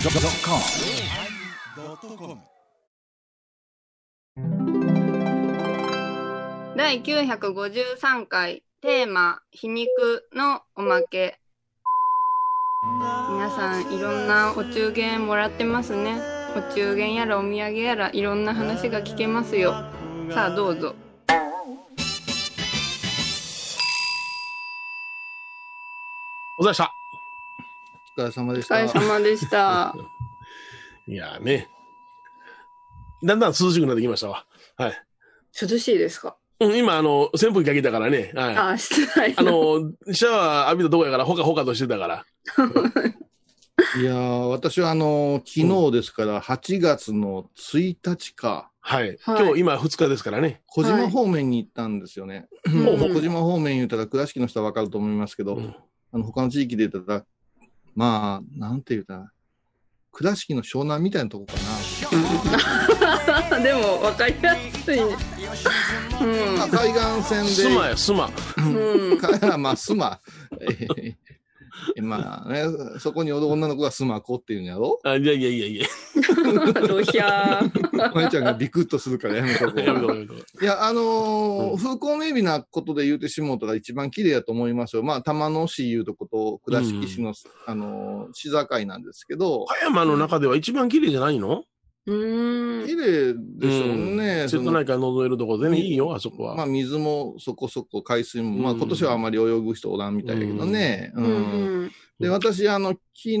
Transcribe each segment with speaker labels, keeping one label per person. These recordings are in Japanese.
Speaker 1: YONNIRI.com
Speaker 2: 第953回テーマ「皮肉」のおまけ皆さんいろんなお中元もらってますねお中元やらお土産やらいろんな話が聞けますよさあどうぞ
Speaker 3: お疲れ様
Speaker 4: お疲れ様でし
Speaker 2: お疲
Speaker 4: た。
Speaker 2: れ様で した
Speaker 3: でした。いやーね。だんだん涼しくなってきましたわ。はい。
Speaker 2: 涼しいですか
Speaker 3: うん今、あの、扇風機かけたからね。はい。あ
Speaker 2: あしてないな
Speaker 3: の、シャワー浴びたとこやから、ほかほかとしてたから。
Speaker 4: いやー、私はあのー昨日ですから、8月の1日か、
Speaker 3: はい。
Speaker 2: はい
Speaker 3: 今日、今、2日ですからね。
Speaker 4: 小
Speaker 2: はい
Speaker 4: 島方面に行ったんですよね。
Speaker 2: ん
Speaker 4: もう 小島方面言うたら、倉敷の人はわかると思いますけど、
Speaker 3: うん
Speaker 4: あの他の地域で言ったら、まあ、なんて言うたら、倉敷の湘南みたいなとこか
Speaker 2: でも分かりやす いね
Speaker 4: な。まあ、海岸
Speaker 3: す
Speaker 4: 線
Speaker 3: ま
Speaker 4: で、
Speaker 3: や、すま。
Speaker 2: うん、うん、
Speaker 4: か まあ、すま。えーまあね、そこにおる女の子がすま子っていうんやろ
Speaker 3: あいやいやいやい
Speaker 2: ロヒャー
Speaker 4: まゆちゃんがビクッとするからやめとこう
Speaker 3: や。。やめとこうやめとこう
Speaker 4: いや、あのー
Speaker 3: うん
Speaker 4: 風光明媚なことで言うてしもうたら一番綺麗やと思いますよ。まあ、玉野市いうとこと、倉敷市の、あのー市境なんですけど、
Speaker 3: 岡山の中では一番綺麗じゃないの
Speaker 2: うーん
Speaker 4: 綺麗でしょうね。
Speaker 3: ん瀬
Speaker 4: そ
Speaker 3: 戸
Speaker 4: の
Speaker 3: 内海覗えるとこでね、いいよ、あそこは。
Speaker 4: まあ、水もそこそこ、海水も、まあ、
Speaker 3: うん
Speaker 4: 今年はあまり泳ぐ人おらんみたいだけどね。う
Speaker 2: うんん
Speaker 4: で、私、あの、昨日、
Speaker 3: ん
Speaker 4: あ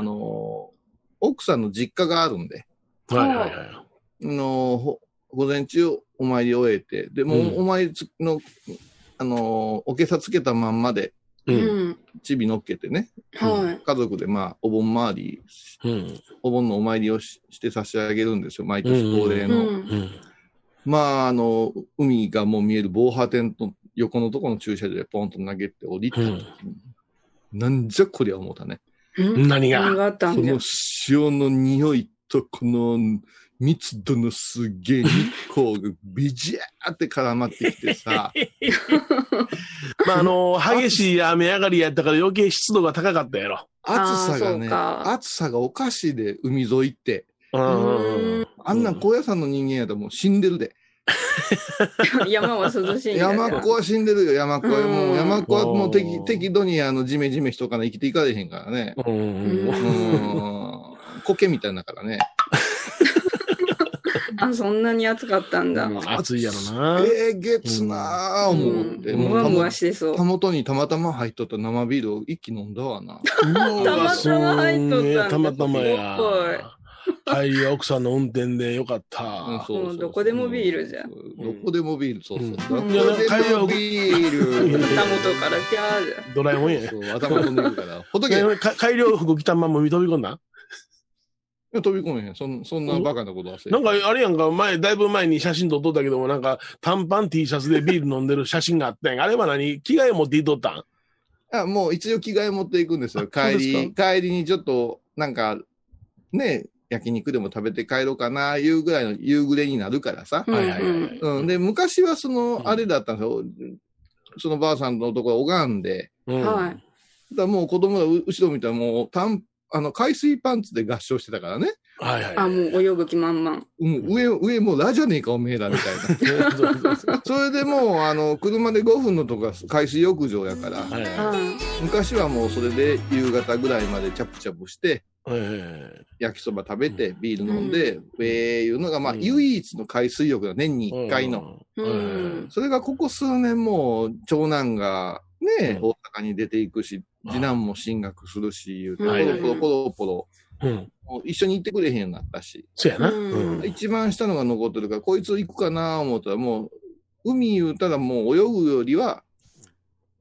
Speaker 4: のー奥さんの実家があるんで、
Speaker 3: はいはいは
Speaker 4: あのほ午前中お参り終えて、で、もう
Speaker 3: うん
Speaker 4: お参りつの、あのーおけさつけたまんまで、
Speaker 3: い。う。
Speaker 2: うんん
Speaker 4: チビ乗っけてね、
Speaker 2: はい
Speaker 4: 家族でまあ、お盆回り、
Speaker 3: うん。
Speaker 4: お盆のお参りをしして差し上げるんですよ、毎年恒例
Speaker 2: う
Speaker 4: の。
Speaker 2: ん
Speaker 3: うん。
Speaker 4: まあ、あの、海がもう見える防波堤の横のところの駐車場でポンと投げて降りて、
Speaker 3: うん
Speaker 4: なんじゃこりゃ思ったね。
Speaker 2: うん
Speaker 3: 何
Speaker 2: 何
Speaker 3: が
Speaker 2: があった
Speaker 4: こ
Speaker 2: んだ
Speaker 4: の
Speaker 2: よ
Speaker 4: 潮の匂いと、この密度のすげえ日光がビジャーって絡まってき てさ、
Speaker 3: まあ、あの、激しい雨上がりやったから余計湿度が高かったやろ。
Speaker 4: 暑さが
Speaker 2: あーそ
Speaker 4: ね、
Speaker 2: うか
Speaker 4: 暑さがおかしいで、海沿いって。
Speaker 3: うんうんうん。
Speaker 4: あんなん高野山の人間やともう死んでるで。
Speaker 2: 山は涼しいんだ
Speaker 4: 山子は死んでるよ、山子は。
Speaker 2: うん
Speaker 4: もう山子はもう
Speaker 3: おー
Speaker 4: 適適度にあの、ジメジメしとかな生きていかれへんからね。
Speaker 3: うんうんうん
Speaker 4: うーん。苔みたいなからね。
Speaker 2: あそんなに暑かったんだ、
Speaker 3: うん暑いやろな。
Speaker 4: ええげつなぁ、
Speaker 2: う
Speaker 4: 思って。
Speaker 2: ん、
Speaker 3: も
Speaker 2: も
Speaker 3: う
Speaker 2: わ
Speaker 4: た
Speaker 2: も
Speaker 4: も
Speaker 2: わしてそう
Speaker 4: たもとにたまたま入っとった生ビールを一気飲んだわな。
Speaker 3: う
Speaker 2: た
Speaker 3: わ
Speaker 2: またま入っとったんだ
Speaker 3: そうねたまたまや
Speaker 2: す
Speaker 3: はいりは奥さんの運転でよかった。
Speaker 4: うん
Speaker 3: う
Speaker 4: そうそう
Speaker 2: も
Speaker 4: そう
Speaker 2: うどこでもビールじゃん
Speaker 4: どこでもビール、そうそう。
Speaker 3: うん
Speaker 4: どこでもビール。
Speaker 2: たもとからピャーじゃん
Speaker 3: ドラえもんやね。
Speaker 4: そう頭飛んでくるから。ほっとけ
Speaker 3: か改良服着たまんま海飛び込んだ
Speaker 4: 飛び込めへん。そんそんなバカなことはせえへ
Speaker 3: なんかあれやんか、前、だいぶ前に写真撮っとったけども、なんか短パン T シャツでビール飲んでる写真があったんやんあれは何着替え持っていっとったん
Speaker 4: あもう一応着替え持っていくんですよ。
Speaker 3: そう
Speaker 4: 帰
Speaker 3: ですか
Speaker 4: り、帰りにちょっと、なんか、ね、焼肉でも食べて帰ろうかな、いうぐらいの夕暮れになるからさ。
Speaker 2: うん
Speaker 3: はいはいはい。
Speaker 4: うん。で、昔はそ
Speaker 3: うん
Speaker 4: の、あれだったんですよ。そのばあさんのところ拝んで、
Speaker 3: うん
Speaker 2: はい
Speaker 4: だからもう子供がう後ろ見たらもう、たん、あの、海水パンツで合唱してたからね。
Speaker 3: はいはい。
Speaker 2: あもう泳ぐ気満々
Speaker 4: うん、上、上もうラじゃねえか、おめえら、みたいな。
Speaker 3: そうそうそう
Speaker 4: それでもう、あの、車で5分のとこが海水浴場やから、
Speaker 3: はい はい
Speaker 2: うん
Speaker 4: 昔はもうそれで夕方ぐらいまでチャプチャプして、
Speaker 3: はいはいはい。
Speaker 4: 焼きそば食べて、ビール飲んで、ウェーいうのが、まあ、
Speaker 3: うん
Speaker 4: 唯一の海水浴だ、年に1回の。
Speaker 3: うん。
Speaker 2: うん
Speaker 4: それがここ数年もう、長男がね、
Speaker 3: うん
Speaker 4: 大阪に出ていくし、次男も進学するし、いうて、
Speaker 2: はい
Speaker 4: ポロポロポロ
Speaker 3: うん。
Speaker 4: ポロ、一緒に行ってくれへんようになったし、
Speaker 3: そうやな。
Speaker 2: うん
Speaker 3: うん
Speaker 4: 一番下のが残ってるから、こいつ行くかな思ったら、もう、海言うたらもう泳ぐよりは、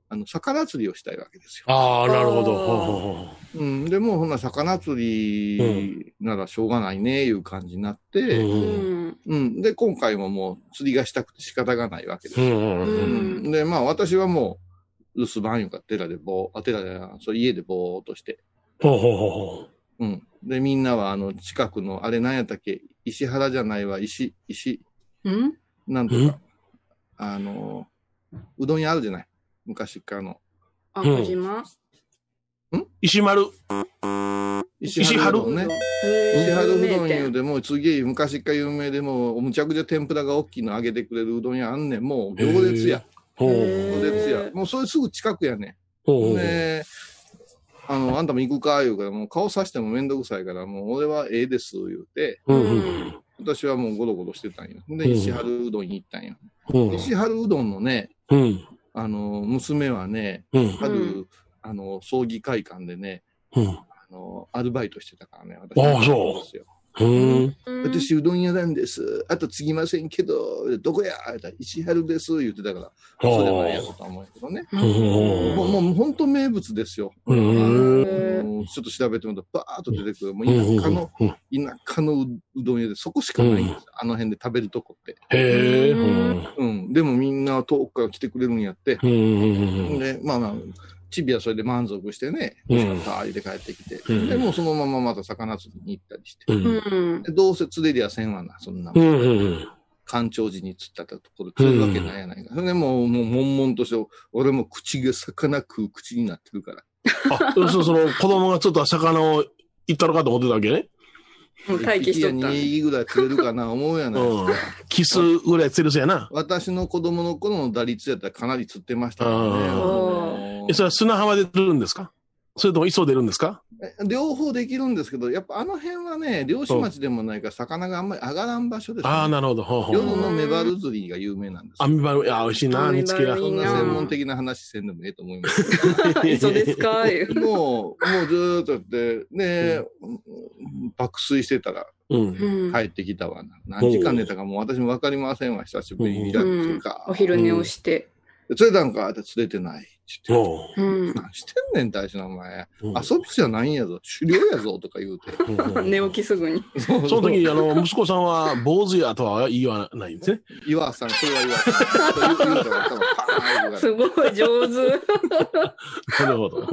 Speaker 4: あの、魚釣りをしたいわけですよ。
Speaker 3: ああ、なるほど。
Speaker 2: あー
Speaker 3: ほうほうほう
Speaker 4: うん、でもうほんなら魚釣りならしょうがないね、いう感じになって、
Speaker 2: う
Speaker 3: うん
Speaker 2: ん
Speaker 4: うん。で、今回ももう釣りがしたくて仕方がないわけです。
Speaker 3: うんう
Speaker 4: うん
Speaker 2: ん
Speaker 4: で、まあ私はもう、留守番よか、寺でぼー、あ、寺じゃないそう家でぼーっとして。
Speaker 3: ほうほうほうほう
Speaker 4: うん。で、みんなはあの、近くの、あれなんやったっけ、石原じゃないわ、石、石、
Speaker 2: うん
Speaker 4: なんと
Speaker 3: ん
Speaker 4: か、あの、うどん屋あるじゃない。昔っからの。
Speaker 2: あ小島
Speaker 3: 石丸。
Speaker 4: 石原うどんね。石原
Speaker 2: 有
Speaker 4: うどん
Speaker 2: 名
Speaker 4: いう
Speaker 2: 店
Speaker 4: でもうすげえ昔から有名でもうむちゃくちゃ天ぷらが大きいの揚げてくれるうどん屋あんねん。もう行列や。
Speaker 3: ほう。
Speaker 4: 行
Speaker 2: へ
Speaker 4: 列や
Speaker 2: ー。
Speaker 4: もうそれすぐ近くやね
Speaker 3: ほうほ
Speaker 4: ん。
Speaker 3: う。
Speaker 4: で、あの、あんたも行くか言うから、もう顔さしてもめんどくさいから、もう俺はええです言うて、
Speaker 3: うんうん
Speaker 4: 私はもうゴロゴロしてたんよ。ほん
Speaker 3: う
Speaker 4: で、
Speaker 3: ん
Speaker 4: 石原うどんに行ったんよ。
Speaker 3: うん。
Speaker 4: 石原うどんのね、
Speaker 3: うん。
Speaker 4: あの、娘はね、
Speaker 3: うん。
Speaker 4: ある、
Speaker 2: うん
Speaker 4: あの、葬儀会館でね、
Speaker 3: うん。
Speaker 4: あの、アルバイトしてたからね、私。
Speaker 3: ああそう
Speaker 4: ですよ。
Speaker 3: うん。
Speaker 4: 私、うどん屋なんです。あと継ぎませんけど、どこや言うたら石原です。言ってたから、そうじゃないやろとは思うけどね。
Speaker 2: う
Speaker 3: うん
Speaker 4: もう、もう、本当名物ですよ。
Speaker 3: うん
Speaker 4: あ
Speaker 2: へ
Speaker 4: のちょっと調べてもらったら、ばーっと出てくる。もう
Speaker 3: うん
Speaker 4: 田舎の、
Speaker 3: うん
Speaker 4: 田舎のうどん屋で、そこしかないんです。あの辺で食べるとこって。
Speaker 3: へえ。うん。
Speaker 4: うん。でもみんな遠くから来てくれるんやって。
Speaker 3: うんうん
Speaker 4: で、まあまあ、チビはそれで満足してね、
Speaker 3: うん
Speaker 4: 美味しかった、言って帰ってきて。
Speaker 3: うん
Speaker 4: で、もうそのまままた魚釣りに行ったりして。
Speaker 3: うんうん。
Speaker 2: ん。
Speaker 4: でどうせ釣れりゃせんわな、そんなもん。
Speaker 3: うんうん
Speaker 4: 干潮時に釣ったところ釣るわけないやないか。それでもう、もう、悶々として、俺も口が魚食う口になってるから。
Speaker 3: あ、そうそう、その子供がちょっと魚を行ったのかと思ってたわけね。
Speaker 2: もう待機しとった
Speaker 4: 1匹や2匹ぐらい釣れるかな、思うやないですか。
Speaker 3: キスぐらい釣れそうやな。
Speaker 4: 私の子供の頃の打率やったらかなり釣ってましたからね
Speaker 3: あー
Speaker 4: もう
Speaker 3: え、それは砂浜で釣るんですかそれとも磯出るんですか
Speaker 4: 両方できるんですけど、やっぱあの辺はね、漁師町でもないから、魚があんまり上がらん場所です、ね。
Speaker 3: ああ、なるほど。ほうほ
Speaker 4: 夜
Speaker 3: う。
Speaker 4: のメバル釣りが有名なんです
Speaker 3: ア
Speaker 4: よ。
Speaker 3: ミバル、いや、美味しいな、煮つけが。
Speaker 4: そんな
Speaker 2: あ
Speaker 4: 専門的な話せんでもええと思います け
Speaker 2: 磯ですかいう
Speaker 4: ど。もう、もうずーっとやって、ね、爆睡してたら
Speaker 3: うん。
Speaker 2: うん
Speaker 4: 帰ってきたわな。何時間寝たかもう私もわかりませんわ、久しぶりに。
Speaker 2: う
Speaker 4: リラック
Speaker 2: ん
Speaker 4: スか。
Speaker 2: お昼寝をして。
Speaker 4: で釣れたんかって釣れてない。ちょっ
Speaker 3: おう
Speaker 2: うん
Speaker 4: と。何してんねん、大使のお前。
Speaker 3: うん
Speaker 4: 遊びじゃないんやぞ。狩猟やぞ、とか言うて。
Speaker 3: うん
Speaker 2: 寝起きすぐに。
Speaker 4: そ
Speaker 3: その時、あ の、息子さんは、坊主やとは言わないんです ね。
Speaker 4: 岩さん、それは岩さん。そう言うたら頭パーン入るから
Speaker 2: すごい上手。
Speaker 3: なるほど。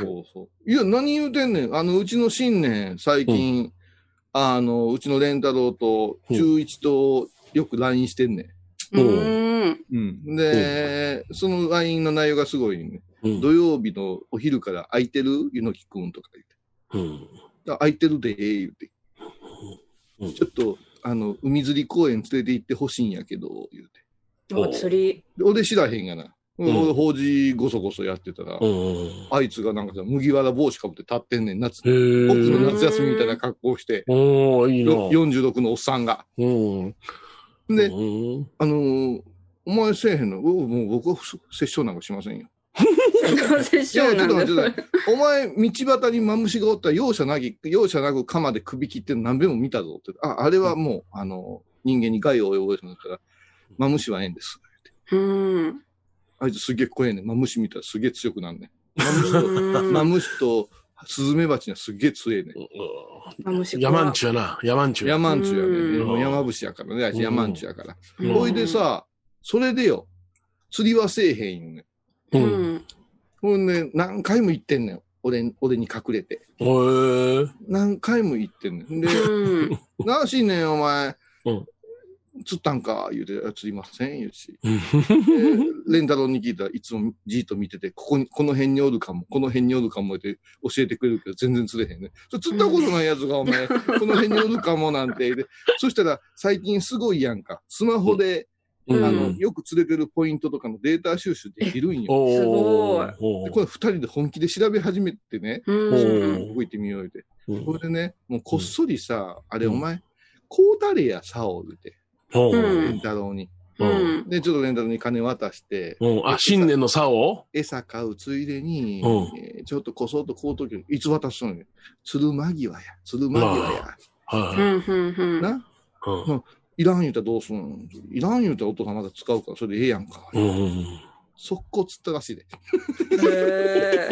Speaker 4: そうそう。いや、何言うてんねん。あの、うちの新年、最近、あの、うちの蓮太郎と、
Speaker 3: うん
Speaker 4: 中一と、よく LINE してんね
Speaker 3: う
Speaker 2: うんん。
Speaker 4: ん。で、その LINE の内容がすごいね。
Speaker 3: うん
Speaker 4: 土曜日のお昼から空いてるゆのきくんとか言って。
Speaker 3: うん。
Speaker 4: あ空いてるで、言うて。
Speaker 3: うん
Speaker 4: ちょっと、あの、海釣り公園連れて行ってほしいんやけど、言うて。
Speaker 2: お釣り。
Speaker 4: で俺知らへんがな。
Speaker 3: ん
Speaker 4: 俺、法事ごそごそやってたら、
Speaker 3: うん。
Speaker 4: あいつがなんかさ、麦わら帽子かぶって立ってんねん、夏。
Speaker 3: へ
Speaker 4: 僕の
Speaker 3: え。
Speaker 4: 夏休みみたいな格好をして、
Speaker 3: おー、いいな。
Speaker 4: よ46のおっさんが。
Speaker 3: うん。
Speaker 4: で、
Speaker 3: うん
Speaker 4: あのーお前せえへんのうもう僕は不殺生なんかしませんよ。
Speaker 2: セッションなんだ。
Speaker 4: いやちょっと待ってちょっと待ってお前、道端にマムシがおったら容赦なき、容赦なく鎌で首切ってるの何べも見たぞって。あ、あれはもう、あのー人間に害を及ぼすんだったら、マムシはええんです。
Speaker 2: うん。
Speaker 4: あいつすげえ怖えねんマムシ見たらすげえ強くなんねん。マムシと、マムシとスズメバチにはすげえ強えねん。
Speaker 2: マムシ
Speaker 3: 山んちゅやな。山んちゅや。
Speaker 4: 山んちゅやね。
Speaker 2: うん
Speaker 3: ん
Speaker 4: もう山伏やからね、あいつ山んちゅやから。
Speaker 3: うん
Speaker 4: ほいで、さ、それでよ、釣りはせえへんよね。
Speaker 2: う
Speaker 3: うんん。
Speaker 4: ほんで、何回も行ってんのよ。俺、俺に隠れて。
Speaker 3: へえ。
Speaker 4: 何回も行ってんのよ。で、
Speaker 2: うん。
Speaker 4: なしねん、お前。
Speaker 3: うん
Speaker 4: 釣ったんか言うて、あ釣りません、言うし。
Speaker 3: うん
Speaker 4: でレンタロウに聞いたらいつもじーっと見てて、ここに、この辺におるかも、この辺におるかもって教えてくれるけど、全然釣れへんね。それ釣ったことないやつが、お 前、この辺におるかもなんて。で、そしたら、最近すごいやんか。スマホで、
Speaker 2: うん
Speaker 4: あの、よく釣れてるポイントとかのデータ収集できるんよ。
Speaker 3: おー
Speaker 2: すごい
Speaker 3: お
Speaker 4: で
Speaker 3: ー
Speaker 4: これ二人で本気で調べ始めてね、
Speaker 2: うん。
Speaker 4: 動いてみよう言うて。
Speaker 3: うん
Speaker 4: これでね、もうこっそりさ、あれ
Speaker 3: うん
Speaker 4: お前、こうたれやさを言うて、
Speaker 3: お
Speaker 2: うん
Speaker 4: レ
Speaker 3: ー
Speaker 4: ンタロウに。
Speaker 2: うん。
Speaker 4: で、ちょっとレンタロウに金渡して、
Speaker 3: うん。あ、新年の竿を
Speaker 4: 餌買うついでに、
Speaker 3: う
Speaker 4: えーちょっとこそっとこうとき、いつ渡すのよ。釣る間際や、釣る間際や。
Speaker 2: う
Speaker 3: は
Speaker 2: ん。うん。
Speaker 4: な、
Speaker 3: い。うん
Speaker 4: いらん言うたらどうすんいらん言うたらお父さんまだ使うから、それでええやんか。
Speaker 3: うんうん
Speaker 4: 速攻釣ったらしいで。
Speaker 2: へ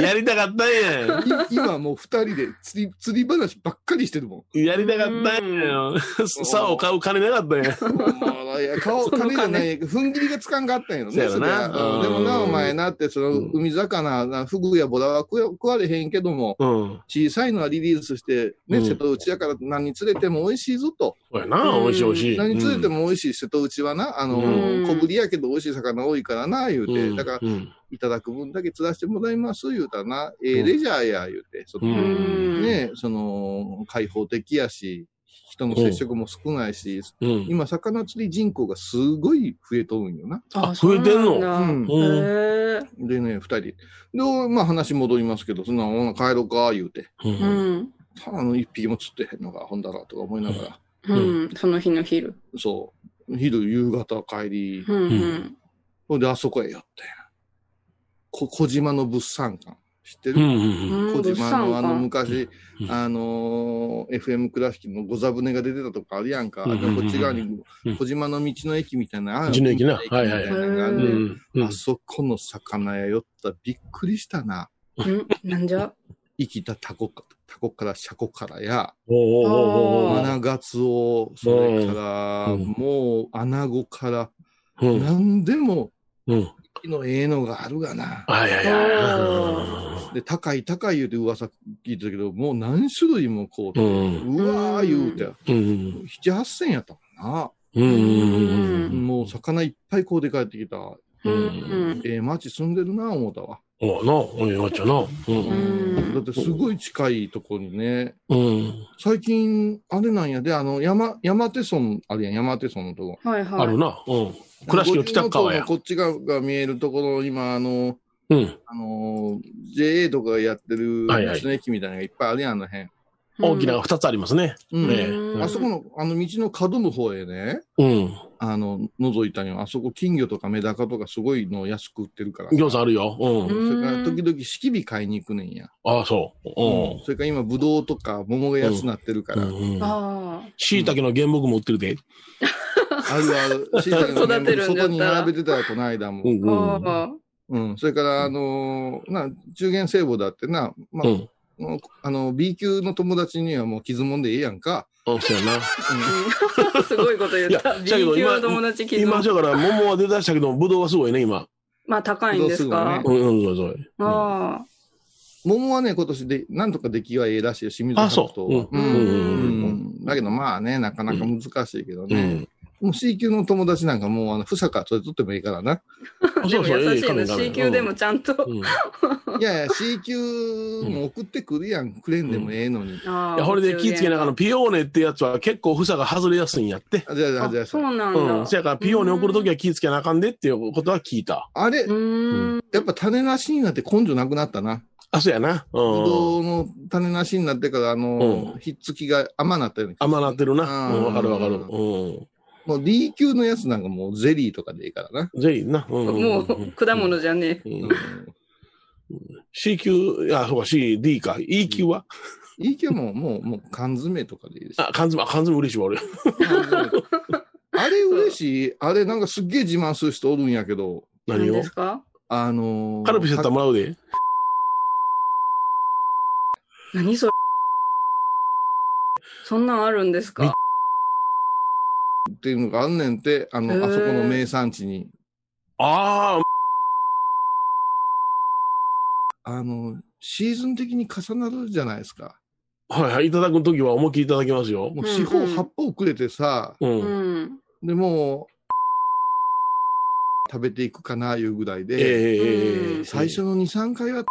Speaker 3: うんやりたかったんや
Speaker 4: い今もう二人で釣り、釣り話ばっかりしてるもん。
Speaker 3: んやりたかったんやん竿を買う金なかったんや
Speaker 4: おもろいや、 顔、
Speaker 2: その
Speaker 4: 金じゃな
Speaker 2: 金
Speaker 4: いんやけど、踏ん切りがつかんかったんやろ
Speaker 3: そう
Speaker 4: ね。
Speaker 3: やろな
Speaker 4: そりゃうん
Speaker 3: うん
Speaker 4: でもな、お前なって、その、
Speaker 3: うん
Speaker 4: 海魚な、フグやボラは食え食われへんけども、
Speaker 3: うん。
Speaker 4: 小さいのはリリースして、
Speaker 3: う
Speaker 4: ね、
Speaker 3: ん
Speaker 4: 瀬戸内やから何釣れても美味しいぞと。
Speaker 3: そうやな、美味しい美味しい。
Speaker 4: 何釣れて
Speaker 3: も、
Speaker 4: も美味しい瀬戸内はな、あの、
Speaker 2: うん
Speaker 4: 小ぶりやけど美味しい魚多いからな、言うて、だから、
Speaker 3: うん、
Speaker 4: いただく分だけ釣らせてもらいます、言うたらな、ええレジャーや、言うて、その、
Speaker 3: うん
Speaker 2: うん
Speaker 4: ね、その、開放的やし、人の接触も少ないし、
Speaker 3: うん。
Speaker 4: 今、魚釣り人口がすごい増えとるんよな。
Speaker 3: あ増えてんの
Speaker 2: そうな
Speaker 4: うんん
Speaker 2: だ
Speaker 3: うん
Speaker 2: へー
Speaker 4: でね、二人。で、まあ話戻りますけど、そんな、お帰ろうか、言うて。
Speaker 3: う。
Speaker 2: うんん
Speaker 4: あの、一匹も釣ってへんのが、ほんだら、とか思いなが
Speaker 2: う
Speaker 4: ら。
Speaker 2: んその日の昼
Speaker 4: そう。昼、夕方帰り。
Speaker 2: うんうん
Speaker 4: ほんで、あそこへ寄って。こ、小島の物産館。知って
Speaker 3: う
Speaker 4: る、
Speaker 3: んうん
Speaker 2: うん
Speaker 4: 小島のあの
Speaker 2: 物
Speaker 4: 昔、
Speaker 3: うん
Speaker 4: あのー FM 倉敷のご座船が出てたとこあるやんか。あれのこっち側に
Speaker 3: うん
Speaker 4: 小島の道の駅みたいな。
Speaker 3: 道の駅な
Speaker 4: みたなのがあ
Speaker 3: う
Speaker 4: る
Speaker 3: ん。
Speaker 4: ね
Speaker 2: へー
Speaker 3: うんうん
Speaker 4: あそこの魚屋寄ったらびっくりしたな。
Speaker 2: うんなんじゃ
Speaker 4: 生きたタコか、タコからシャコからや、
Speaker 3: おうおうおうおう
Speaker 4: マ
Speaker 2: あ
Speaker 4: ナガツオ、それから、
Speaker 3: うん
Speaker 4: もう、アナゴから、
Speaker 3: う。
Speaker 4: なんんでも、
Speaker 3: うん。
Speaker 4: 木のええのがあるがな。
Speaker 3: あいやいや。
Speaker 4: で、高い高い言うて噂聞いてたけど、もう何種類もこ
Speaker 3: う
Speaker 4: う、
Speaker 3: ん。
Speaker 4: うわー言うて、
Speaker 3: うん。
Speaker 4: 七八千やったもんな。
Speaker 3: うん。うん。
Speaker 4: もう魚いっぱいこうで帰ってきた。
Speaker 2: う
Speaker 3: うんん
Speaker 2: うん
Speaker 4: ええ町住んでるな、思ったわ。
Speaker 3: おうな、おいよっちゃな。うん。
Speaker 2: ん
Speaker 4: だってすごい近いとこにね、
Speaker 3: うん。
Speaker 4: 最近、あれなんやで、あの、山、山手村、あるやん、山手村のとこ。
Speaker 2: はいはい
Speaker 3: あるな。うん。倉敷の北側や
Speaker 4: 五重塔のこっち側が見えるところ、今、あの、
Speaker 3: うん。
Speaker 4: あの、JA とかがやってる道
Speaker 3: はいはい
Speaker 4: の駅みたいなのがいっぱいあるやん、あの辺。
Speaker 3: 大きな
Speaker 2: うん
Speaker 3: 二つありますね。
Speaker 4: うん。
Speaker 3: ね
Speaker 2: うん
Speaker 4: あそこの、あの道の角の方へね、
Speaker 3: うん。
Speaker 4: あの、覗いたんよ。あそこ、金魚とかメダカとかすごいの安く売ってるから。
Speaker 3: 餃子あるよ。うん。
Speaker 4: それから、時々、四季日買いに行くねんや。
Speaker 3: ああ、そう。うん。
Speaker 4: それから今、ブドウとか桃が安なってるから。
Speaker 3: うん
Speaker 2: ああ
Speaker 3: しいたけの原木も売ってるで。
Speaker 4: ある ある。椎茸の
Speaker 2: 育てるんだったら
Speaker 4: 外に並べてたよ、この間も。
Speaker 3: うんうん。
Speaker 2: あ
Speaker 4: うん、それから、あのーな、中元聖母だってな、まあ、
Speaker 3: うん。
Speaker 4: もうあの、B 級の友達にはもう傷もんでいいやんか。
Speaker 3: うん、そうやな。
Speaker 2: あすごいこと言った
Speaker 3: いや
Speaker 2: B
Speaker 3: じゃあけど
Speaker 2: 級
Speaker 3: 今
Speaker 2: の友達聞い
Speaker 3: 今、
Speaker 2: た
Speaker 3: だから、桃は出だしたけど、ぶどうはすごいね、今。
Speaker 2: まあ高いんですか
Speaker 4: ぶ
Speaker 3: うん、うん、そうそう。
Speaker 2: ああ
Speaker 4: 桃はね、今年で、なんとか出来がええらしいよ、清水
Speaker 3: あ、
Speaker 4: 白
Speaker 3: そう。うん
Speaker 4: 桃。
Speaker 3: うん
Speaker 4: う
Speaker 3: うんんうん。
Speaker 4: うんだけどまあね、なかなか難しいけど
Speaker 3: う
Speaker 4: ね。
Speaker 3: ん。
Speaker 4: もう C 級の友達なんかもう、あの、ふさから取り取ってもいいか らな。
Speaker 2: で
Speaker 3: そう
Speaker 2: も
Speaker 3: そう、
Speaker 2: 優
Speaker 3: ええ、
Speaker 2: しい
Speaker 3: かめ
Speaker 2: の
Speaker 3: んかめん
Speaker 2: C 級でもちゃんと
Speaker 3: うん。うん
Speaker 4: いやいや、C 級も送ってくるやん。くれんでもええのに。
Speaker 2: ああ
Speaker 3: いや、これで気ぃつけながら、ピオーネってやつは結構房が外れやすいんやって。
Speaker 4: あ、じゃあじゃあじゃ
Speaker 2: あ
Speaker 4: あ
Speaker 2: そうなんだ
Speaker 3: うん。せやから、ピオーネ送るときは気ぃつけなあかんでっていうことは聞いた。
Speaker 4: あれ
Speaker 2: う、ーん
Speaker 4: やっぱ種なしになって根性なくなったな。
Speaker 3: あ、そうやな。う
Speaker 4: ぶ
Speaker 3: ん。
Speaker 4: どうの種なしになってから、あの
Speaker 3: う
Speaker 4: ー、ひっつきが甘なったような気がする
Speaker 3: 甘なってるな。
Speaker 4: う
Speaker 3: うんん、わかるわかる。うん。
Speaker 4: もう D 級のやつなんかもうゼリーとかでいいからな。
Speaker 3: ぜひな。うん。
Speaker 2: もう果物じゃね
Speaker 3: う
Speaker 4: うん
Speaker 3: ん。C 級、あ、そうか、C、D か。E 級は
Speaker 4: E 級ももう、もう缶詰とかでいいです。
Speaker 3: あ、缶詰、あ缶詰嬉しいわ、俺。
Speaker 4: 缶詰とかあれ嬉しい。あれなんかすっげえ自慢する人おるんやけど、
Speaker 2: え
Speaker 3: 何
Speaker 2: な
Speaker 3: を
Speaker 2: んですか
Speaker 4: あのー、
Speaker 3: カルピスやったらもらうで。
Speaker 2: 何それそんなんあるんですか
Speaker 4: っていうのがあんねんて、あの、
Speaker 2: へー
Speaker 4: あそこの名産地に。
Speaker 3: ああ、
Speaker 4: あの、シーズン的に重なるじゃないですか。
Speaker 3: はいはい、いただくときは思いっきりいただきますよ。
Speaker 4: もう四方
Speaker 2: うんうん
Speaker 4: 八方くれてさ、
Speaker 3: う。
Speaker 2: うんん
Speaker 4: でもう、食べていくかな、いうぐらい
Speaker 3: ええ
Speaker 4: で、
Speaker 3: えええ
Speaker 2: う
Speaker 3: え
Speaker 2: ん
Speaker 4: 最初の2、3回は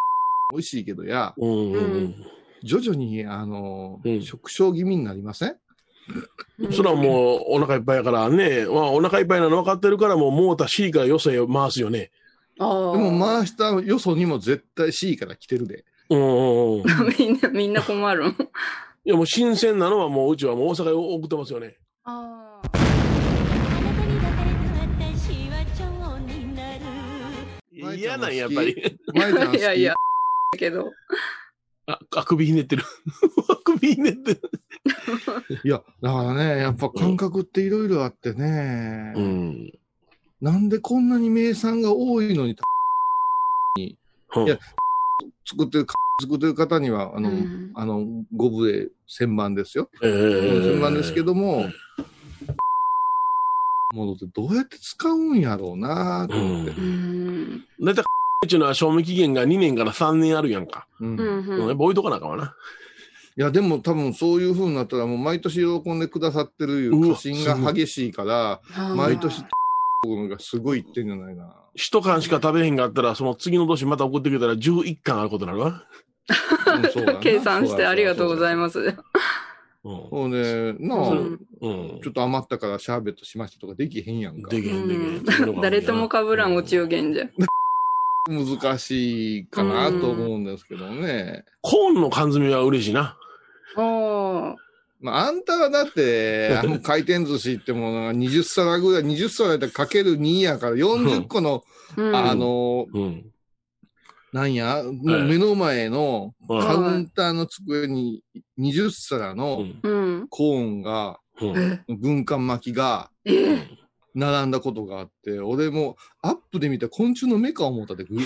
Speaker 4: 美味しいけどや、
Speaker 3: うんうん
Speaker 4: 徐々に、あの、
Speaker 3: うん
Speaker 4: 食傷気味になりません
Speaker 3: うん。それはもうお腹いっぱいやからね、まあ、お腹いっぱいなの分かってるから、もう、もうた C からよそへ回すよね。
Speaker 2: うんああ
Speaker 4: でも回したよそにも絶対 C から来 てるで。
Speaker 3: うんうんうん。い
Speaker 2: みんなみんな困るん
Speaker 3: や、もう新鮮なのはもう、うちはもう大阪へ送ってますよね。
Speaker 2: ああ
Speaker 1: あなたに抱かれて私は蝶になる
Speaker 4: 舞ちゃ
Speaker 3: 嫌
Speaker 4: んは
Speaker 3: な
Speaker 4: 好
Speaker 3: んや、
Speaker 4: き
Speaker 3: やっぱり。
Speaker 4: 前田
Speaker 2: いやいや、だけど。
Speaker 3: あ、あ首ひねってる。首ひねってる。
Speaker 4: いや、だからね、やっぱ感覚っていろいろあってね、
Speaker 3: ん。
Speaker 4: なんでこんなに名産が多いのに、
Speaker 3: うん
Speaker 4: いや作ってる、作ってる方には、あの、
Speaker 2: うん
Speaker 4: あの、五分で千番ですよ。
Speaker 3: ええ
Speaker 4: 千番ですけども、ものってどうやって使うんやろうなと思って。
Speaker 3: う
Speaker 2: うん
Speaker 3: だいたい、っていうのは賞味期限が2年から3年あるやんか。
Speaker 4: うん
Speaker 2: う
Speaker 3: うんやっ
Speaker 2: ん
Speaker 3: ぱ置いとかなあかんわな。
Speaker 4: いや、でも多分そういう風になったらもう毎年喜んでくださってるいう過信が激しいから、
Speaker 2: うん
Speaker 4: 毎年、がすごい言ってんじゃないな。
Speaker 3: 一缶しか食べへんかったら、その次の年また送ってきたら11缶あることになるわ。
Speaker 4: うんそうだな
Speaker 2: 計算してありがとうござい
Speaker 4: す。
Speaker 2: ます。
Speaker 3: うん。
Speaker 4: そうね、なあ、
Speaker 2: うん
Speaker 3: うん
Speaker 4: ちょっと余ったからシャーベットしましたとかできへんやんか
Speaker 3: で。けへんでけへん。
Speaker 2: 誰ともかぶらんお中元じゃ。
Speaker 4: 難しいかなと思うんですけどね。
Speaker 3: コーンの缶詰は嬉しいな。
Speaker 2: おー
Speaker 4: まあ、あんたはだって、あの回転寿司ってものが20皿ぐらい、20皿やったらかける2やから40個の、
Speaker 2: うん。
Speaker 4: あの、
Speaker 3: うん。
Speaker 4: なんや、もう目の前の
Speaker 3: うん
Speaker 4: カウンターの机に20皿
Speaker 3: う
Speaker 4: の
Speaker 3: ん
Speaker 2: うん。
Speaker 4: コーンが、
Speaker 3: うん
Speaker 2: え
Speaker 4: 軍艦巻きが
Speaker 2: え
Speaker 4: 並んだことがあって、俺もアップで見た昆虫の目か思ったで、ぐ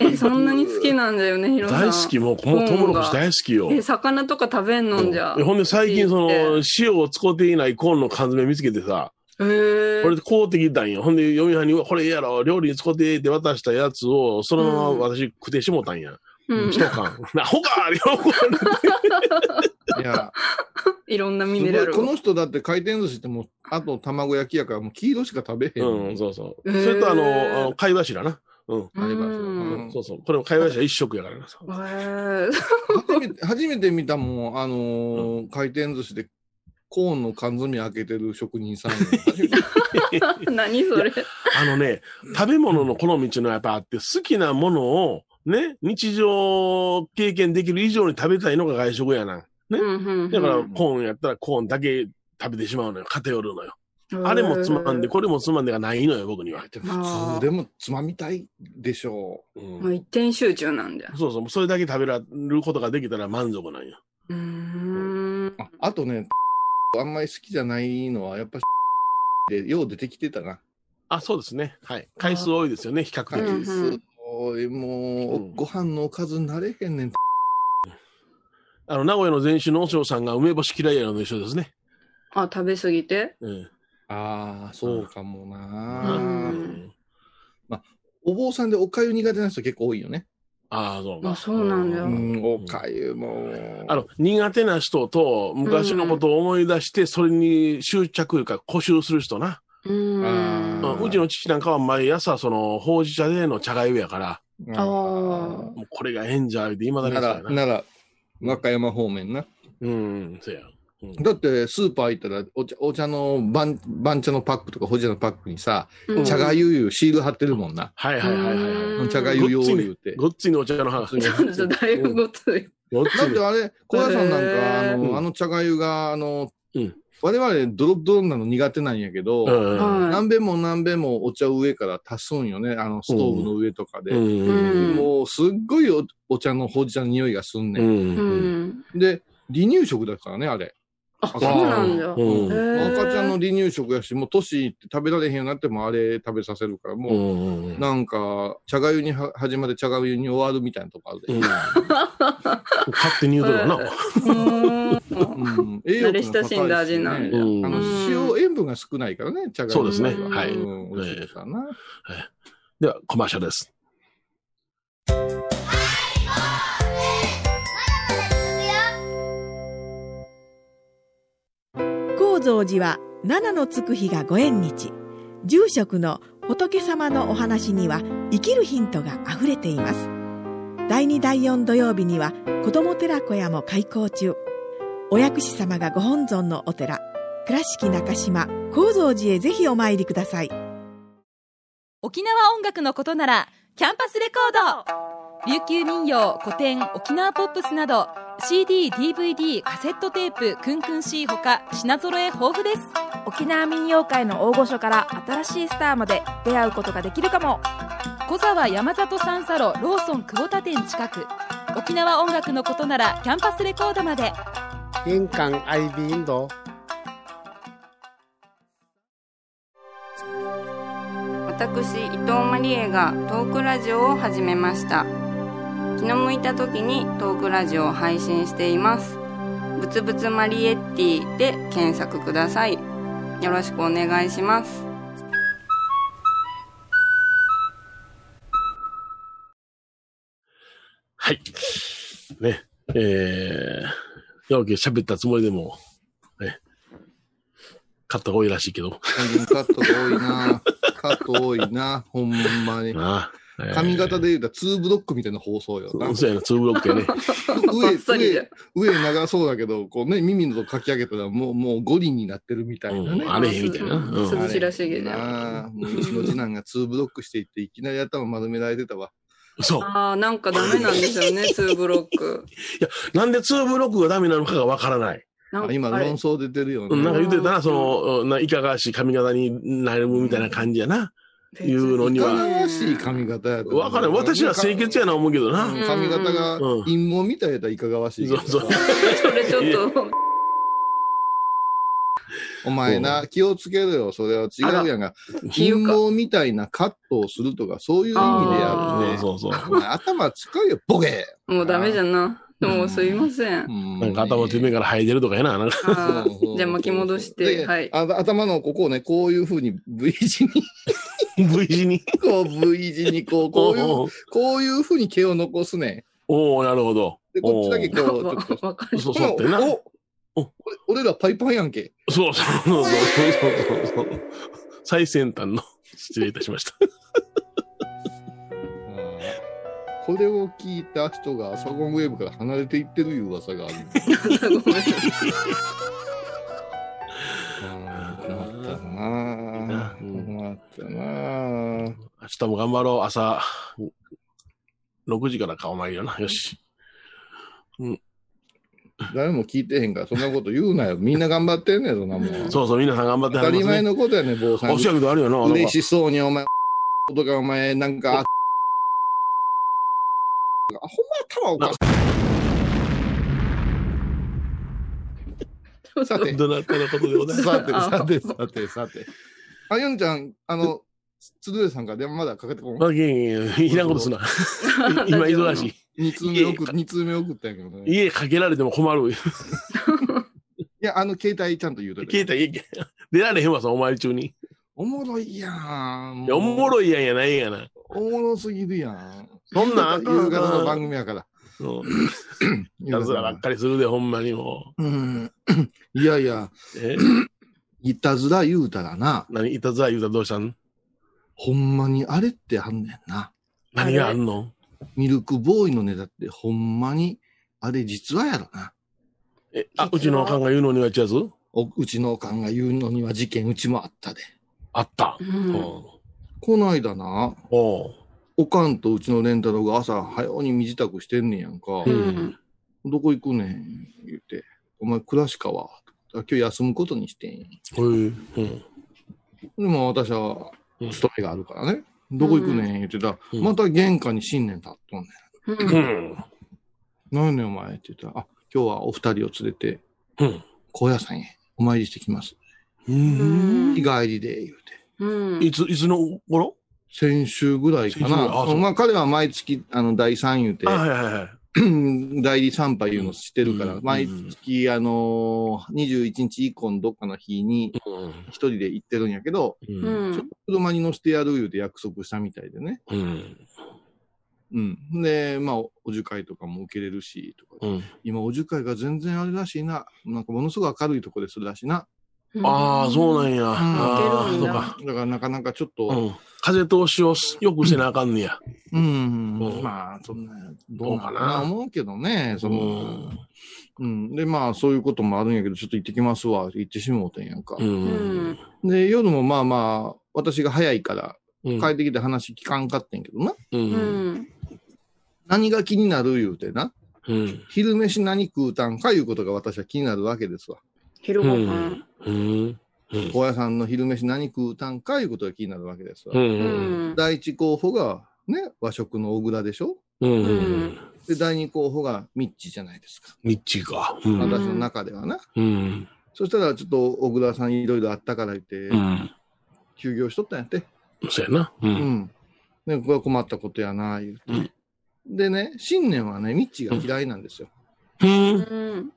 Speaker 2: え、そんなに好きなんだよね、ヒロさん。
Speaker 3: 大好き、もう、もうトウモロコシ大好きよ。
Speaker 2: え、魚とか食べんのんじゃ。
Speaker 3: うんほんで最近そ
Speaker 2: え
Speaker 3: の塩を使っていないコーンの缶詰見つけてさ、
Speaker 2: えー
Speaker 3: これ買うてきたんよ。ほんで嫁はんに、うわこれええやろ、料理に使ってって渡したやつを、そのまま私食ってしもたんや。
Speaker 2: うん
Speaker 3: 一、缶。な、ほか喜ん で
Speaker 4: いや、
Speaker 2: いろんなミネラ
Speaker 4: すごい
Speaker 2: ル
Speaker 4: こ
Speaker 2: を。
Speaker 4: の人だって回転寿司ってもう、あと卵焼きやからもう黄色しか食べへん。
Speaker 3: うん、そうそう。
Speaker 2: へー
Speaker 3: それとあの、あの貝柱な。うん。
Speaker 4: あります
Speaker 2: う
Speaker 4: よ
Speaker 2: ん
Speaker 4: ん
Speaker 3: そうそう。これも貝柱一食やからな。
Speaker 2: えー
Speaker 4: 初めて、初めて見たもん、あのー回転寿司でコーンの缶詰開けてる職人 さん。
Speaker 2: 何それ。
Speaker 3: あのね、食べ物の好みっていうのはやっぱあって、好きなものを、ね、日常経験できる以上に食べたいのが外食やな。だから、コーンやったらコーンだけ食べてしまうのよ。偏るのよ。あれもつまんで、これもつまんでがないのよ、僕には。
Speaker 4: でも普通でもつまみたいでしょ
Speaker 3: う、
Speaker 2: れもうん一点集中なんだ。
Speaker 3: そうそう。それだけ食べられることができたら満足なんよ。
Speaker 2: うーん
Speaker 4: う。。ああとね、 あんまり好きじゃないのは、やっぱ、 で、よう出てきてたな。
Speaker 3: あ、そうですね。はい。回数多いですよね、比較
Speaker 4: 回
Speaker 3: 的。
Speaker 2: うん
Speaker 4: 数多いもう、
Speaker 3: うん
Speaker 4: ご飯のおかずになれへんねん。
Speaker 3: あの、名古屋の前週の和尚さんが梅干し嫌いやのと一緒ですね。
Speaker 2: あ、食べ過ぎて
Speaker 3: うん。
Speaker 4: ああ、そうかもな、
Speaker 2: うん
Speaker 4: お坊さんでお粥苦手な人結構多いよね。
Speaker 3: ああ、そうか。
Speaker 2: あそうなんだよ
Speaker 4: う
Speaker 2: うん
Speaker 4: ん、お粥も。
Speaker 3: あの、苦手な人と、昔のことを思い出して、それに執着いうか、固執する人な。
Speaker 2: うーん。
Speaker 3: う
Speaker 4: あ
Speaker 3: んうちの父なんかは毎朝、その、ほうじ茶での茶がゆやから、
Speaker 4: あ
Speaker 2: あ
Speaker 3: もうこれがええんじゃ、って、今だに
Speaker 4: な
Speaker 3: そう
Speaker 4: ら
Speaker 3: や、な。
Speaker 4: なら、和歌山方面な。
Speaker 3: うん、うん、そうや。
Speaker 4: だって、スーパー行ったら、お茶、お茶の番、番茶のパックとか、ほうじ茶のパックにさ、
Speaker 2: うん
Speaker 4: 茶がゆゆシール貼ってるもんな。
Speaker 3: はいはいはいはいは
Speaker 2: う
Speaker 3: い。
Speaker 2: ん
Speaker 4: 茶がゆ用
Speaker 3: ごっついね
Speaker 4: 言うて。
Speaker 3: ごっついのお茶の話。
Speaker 2: ちょっとだいぶごつい。
Speaker 3: ごっつ
Speaker 4: だっ
Speaker 3: い
Speaker 4: て
Speaker 3: ね。
Speaker 4: あれ、小屋さんなん
Speaker 2: へ
Speaker 4: か、
Speaker 2: ー
Speaker 4: あの、あの茶がゆが、あの
Speaker 3: うん、
Speaker 4: 我々ドロッドロなの苦手なんやけ
Speaker 3: う
Speaker 4: ど、
Speaker 3: ん
Speaker 2: はい
Speaker 4: 何べんも何べんもお茶を上から足すんよね、あの、ストーブの上とか
Speaker 3: う
Speaker 4: で。
Speaker 3: ん。
Speaker 4: もう、すっごいおお茶のほうじ茶の匂いがす
Speaker 3: う
Speaker 4: んね
Speaker 3: ん。
Speaker 4: ん。
Speaker 2: う
Speaker 3: うん。
Speaker 2: ん。
Speaker 4: で、離乳食だからね、あれ。
Speaker 2: あ、そうなんだ。
Speaker 3: うん
Speaker 2: へー
Speaker 4: 赤ちゃんの離乳食やし、もう年いって食べられへんようになってもあれ食べさせるから、
Speaker 3: う
Speaker 4: もう、
Speaker 3: ん。うん
Speaker 4: なんか、茶がゆには始まって茶がゆに終わるみたいなとこあるで。
Speaker 3: 勝手に言うとるわな。
Speaker 2: うーん
Speaker 4: うん、栄養価が高いし
Speaker 2: 慣れ親しんだ味なん
Speaker 3: だ
Speaker 4: ねあの
Speaker 3: うん
Speaker 4: 塩塩分が少ないからね、茶がゆ
Speaker 3: そうですね
Speaker 4: うん
Speaker 3: はい
Speaker 4: うん美味しいからな。
Speaker 3: では、コマーシャルです。
Speaker 5: 高蔵寺は七のつく日がご縁日住職の仏様のお話には生きるヒントがあふれています第2第4土曜日には子ども寺小屋も開校中お薬師様がご本尊のお寺倉敷中島・高蔵寺へぜひお参りください
Speaker 6: 沖縄音楽のことならキャンパスレコード琉球民謡古典沖縄ポップスなど CDDVD カセットテープクンクン C ほか品揃え豊富です
Speaker 7: 沖縄民謡界の大御所から新しいスターまで出会うことができるかも
Speaker 6: 小沢山里三佐路ローソン久保田店近く沖縄音楽のことならキャンパスレコードまで
Speaker 8: 玄関アイビーインド。
Speaker 2: 私伊藤マリエがトークラジオを始めました気の向いた時にトークラジオを配信していますぶつぶつマリエッティで検索くださいよろしくお願いします
Speaker 3: はい。ね。えー、ようけ喋ったつもりでも、ね。カットが多いらしいけど。
Speaker 4: カットが多いな。カット多いな。ほんまに。
Speaker 3: なあ。えー
Speaker 4: 髪型で言うたら2ブロックみたいな放送よな。
Speaker 3: そうやな、ツーブロックや ね。
Speaker 2: あっ
Speaker 4: 上、
Speaker 2: さりじゃん
Speaker 4: 上、上長そうだけど、こうね、耳のとこかき上げたらもう、もう五輪になってるみたいなね。
Speaker 3: うんあれへんみたいな。うん
Speaker 2: 涼しらしげじゃん
Speaker 4: なあ。もううちの次男が2ブロックしていって、いきなり頭丸められてたわ。
Speaker 3: そう。
Speaker 2: ああ、なんかダメなんですよ ね、ツーブロック。
Speaker 3: なんでツーブロックがダメなのかがわからない。
Speaker 2: なん
Speaker 4: あ
Speaker 2: か
Speaker 4: 今、
Speaker 2: あれ
Speaker 4: 論争出てるよ
Speaker 3: うんなんか
Speaker 4: ね。
Speaker 3: 言ってたな、その、うんないかがわしい髪型になるみたいな感じやな。いうのに
Speaker 4: いか
Speaker 3: は。
Speaker 4: がわしい髪型やと
Speaker 3: わからん。私は清潔やな思うけどな。
Speaker 4: うん髪型が
Speaker 3: うん
Speaker 4: 陰謀みたいやったらいかがわしいけど。
Speaker 3: そうそう
Speaker 2: それちょっと、
Speaker 4: お前な、気をつけろよ。それは違うやんが。
Speaker 2: 比
Speaker 4: 陰
Speaker 2: 喩か
Speaker 4: 謀みたいなカットをするとか、そういう意味でや
Speaker 2: あ
Speaker 4: る
Speaker 3: そう
Speaker 4: ね。
Speaker 3: そうそう。
Speaker 4: お前頭使うよ、ボケ
Speaker 2: もうダメじゃな。でもすいません。
Speaker 3: なんか頭と目から生えてるとかやな。なんか
Speaker 2: あーじゃあ巻き戻し
Speaker 4: そうそう
Speaker 2: て、
Speaker 4: そう
Speaker 2: はい。
Speaker 4: あ頭のここをね、こういうふうに V 字に、
Speaker 3: V 字に。
Speaker 4: こう V 字にこう、こ
Speaker 3: お
Speaker 4: うい
Speaker 3: う
Speaker 4: う、こういうふうに毛を残すね。
Speaker 3: おうなるほど。
Speaker 4: で、こっちだけ
Speaker 3: おう
Speaker 4: こう、ちょっと。
Speaker 2: わかる。
Speaker 3: そうそうってな。
Speaker 4: お
Speaker 3: お
Speaker 4: お俺らパイパンやんけ。
Speaker 3: そうそうそうそうそうそうそう。最先端の失礼いたしました。
Speaker 4: これを聞いた人がアサゴンウェーブから離れていってるいう噂がある。
Speaker 2: ごめん
Speaker 4: あー困ったなあ
Speaker 3: うん
Speaker 4: 困ったなあ
Speaker 3: 明日も頑張ろう。朝6時から顔前よな。よし。
Speaker 4: 誰も聞いてへんから、そんなこと言うなよ。みんな頑張ってんねん、そんなもん。
Speaker 3: そうそう、皆さん頑張って
Speaker 4: 当
Speaker 3: は
Speaker 4: た
Speaker 3: り
Speaker 4: り
Speaker 3: ます
Speaker 4: 前
Speaker 3: ね。
Speaker 4: のことやねん、坊さん
Speaker 3: お。仕事あるよな。なんか
Speaker 4: 嬉しそうにお前、とかお前、なんか、あほんま頭おかしい。さて、
Speaker 3: どなたのことでございます。
Speaker 4: さて、さて、さて、さて。あ、ヨネちゃん、あの、鶴瓶さんから電話まだかけてこん
Speaker 3: まあ、いやいやいやいらんこと すな。今忙しい。
Speaker 4: 二通目送っ、二通目送ったんやけどね。い
Speaker 3: 家かけられても困る。
Speaker 4: や、あの、携帯ちゃんと言うと
Speaker 3: 携
Speaker 4: る。
Speaker 3: 帯家、出られへんわ、そのお前中に。
Speaker 4: おもろいやん。
Speaker 3: いや、おも
Speaker 4: い。
Speaker 3: ろいやんやないやな。
Speaker 4: おもろすぎるやん。
Speaker 3: そんなんあかん
Speaker 4: 夕方の番組やから。
Speaker 3: うんいたずらばっかりするで、ほんまにも
Speaker 4: うん。いやいや、
Speaker 3: う。え
Speaker 4: いたずら言うたらな、
Speaker 3: 何いたずら言うたらどうしたん
Speaker 4: ほんまにあれってあんねんな。
Speaker 3: 何があんの
Speaker 4: ミルクボーイのネタってほんまに、あれ実はやろな。
Speaker 3: え、あ、うちのおかんが言うのにはちやつ
Speaker 4: おうちのおかんが言うのには事件うちもあったで。
Speaker 3: あった。
Speaker 2: うん
Speaker 3: うん
Speaker 4: こないだな、
Speaker 3: おう
Speaker 4: おかんとうちの蓮太郎が朝早うに身支度してんねんやんか。
Speaker 3: うん。
Speaker 4: どこ行くねん言って。お前、倉敷かわ。今日休むことにしてんやん。
Speaker 3: おいうん。
Speaker 4: でも私は、勤めがあるからね。どこ行くねん言ってたら、
Speaker 3: うん
Speaker 4: また玄関に新年立っとんねん。
Speaker 3: うん。
Speaker 4: 何やねんお前って言ったら、あ、今日はお二人を連れて、
Speaker 3: うん
Speaker 4: 高野山へお参りしてきます。
Speaker 3: う。
Speaker 2: うんん
Speaker 4: 日帰りで、言うて。
Speaker 2: うん
Speaker 3: いつ、いつの頃
Speaker 4: 先週ぐらいか
Speaker 3: 先週ぐらい
Speaker 4: な。
Speaker 3: あそう
Speaker 4: まあ彼は毎月、あの、第三言うて
Speaker 3: あ、、はいはいはい。
Speaker 4: 代理参拝いうのしてるから、
Speaker 3: うん
Speaker 4: 毎月、あのー、21日以降のどっかの日に
Speaker 3: うん
Speaker 4: 一人で行ってるんやけど、
Speaker 2: う
Speaker 3: うん。
Speaker 2: ん
Speaker 4: 車に乗せてやる言うて約束したみたいでね。
Speaker 3: うん。
Speaker 4: うん。で、まあ、お受会とかも受けれるし、とか。
Speaker 3: うん。
Speaker 4: 今、お受会が全然あれらしいな。なんかものすごい明るいとこでするらしいな。
Speaker 3: ああ、そうなんや。ああ、
Speaker 2: いけるん
Speaker 3: そう
Speaker 2: や
Speaker 3: か。
Speaker 4: だからなかなかちょっ
Speaker 3: う
Speaker 4: と、
Speaker 3: ん。風通しをすよくせなあかんねや。
Speaker 4: うん、
Speaker 3: うん
Speaker 4: まあ、そんな、どう
Speaker 3: どうか
Speaker 4: か
Speaker 3: な
Speaker 4: な思うけどね、その、
Speaker 3: う
Speaker 4: うん。で、まあ、そういうこともあるんやけど、ちょっと行ってきますわ、行ってしもうてんやんか。
Speaker 3: ん。
Speaker 4: で、夜もまあまあ、私が早いから、
Speaker 3: うん。
Speaker 4: 帰ってきて話聞かんかってんけどな。
Speaker 3: う。
Speaker 2: うんん
Speaker 4: 何が気になる言うてな。
Speaker 3: うん。
Speaker 4: 昼飯何食うたんかいうことが私は気になるわけですわ。
Speaker 2: 昼ご飯
Speaker 3: うん。
Speaker 4: 小屋さんの昼飯何食うたんかいうことが気になるわけですわ。
Speaker 3: う。
Speaker 2: うんん
Speaker 4: 第一候補が、ね、和食の小倉でしょ
Speaker 3: うん。
Speaker 4: で、第二候補がミッチじゃないですか。
Speaker 3: ミッチーか。うん。
Speaker 4: 私の中ではな。
Speaker 3: うん。
Speaker 4: そしたらちょっと小倉さんいろいろあったから言って、
Speaker 3: うん。
Speaker 4: 休業しとったんやって。
Speaker 3: そうやな。う。
Speaker 4: うんん。ね、これは困ったことやな、言うて。でね、新年はね、ミッチーが嫌いなんですよ。
Speaker 3: うん。
Speaker 2: うん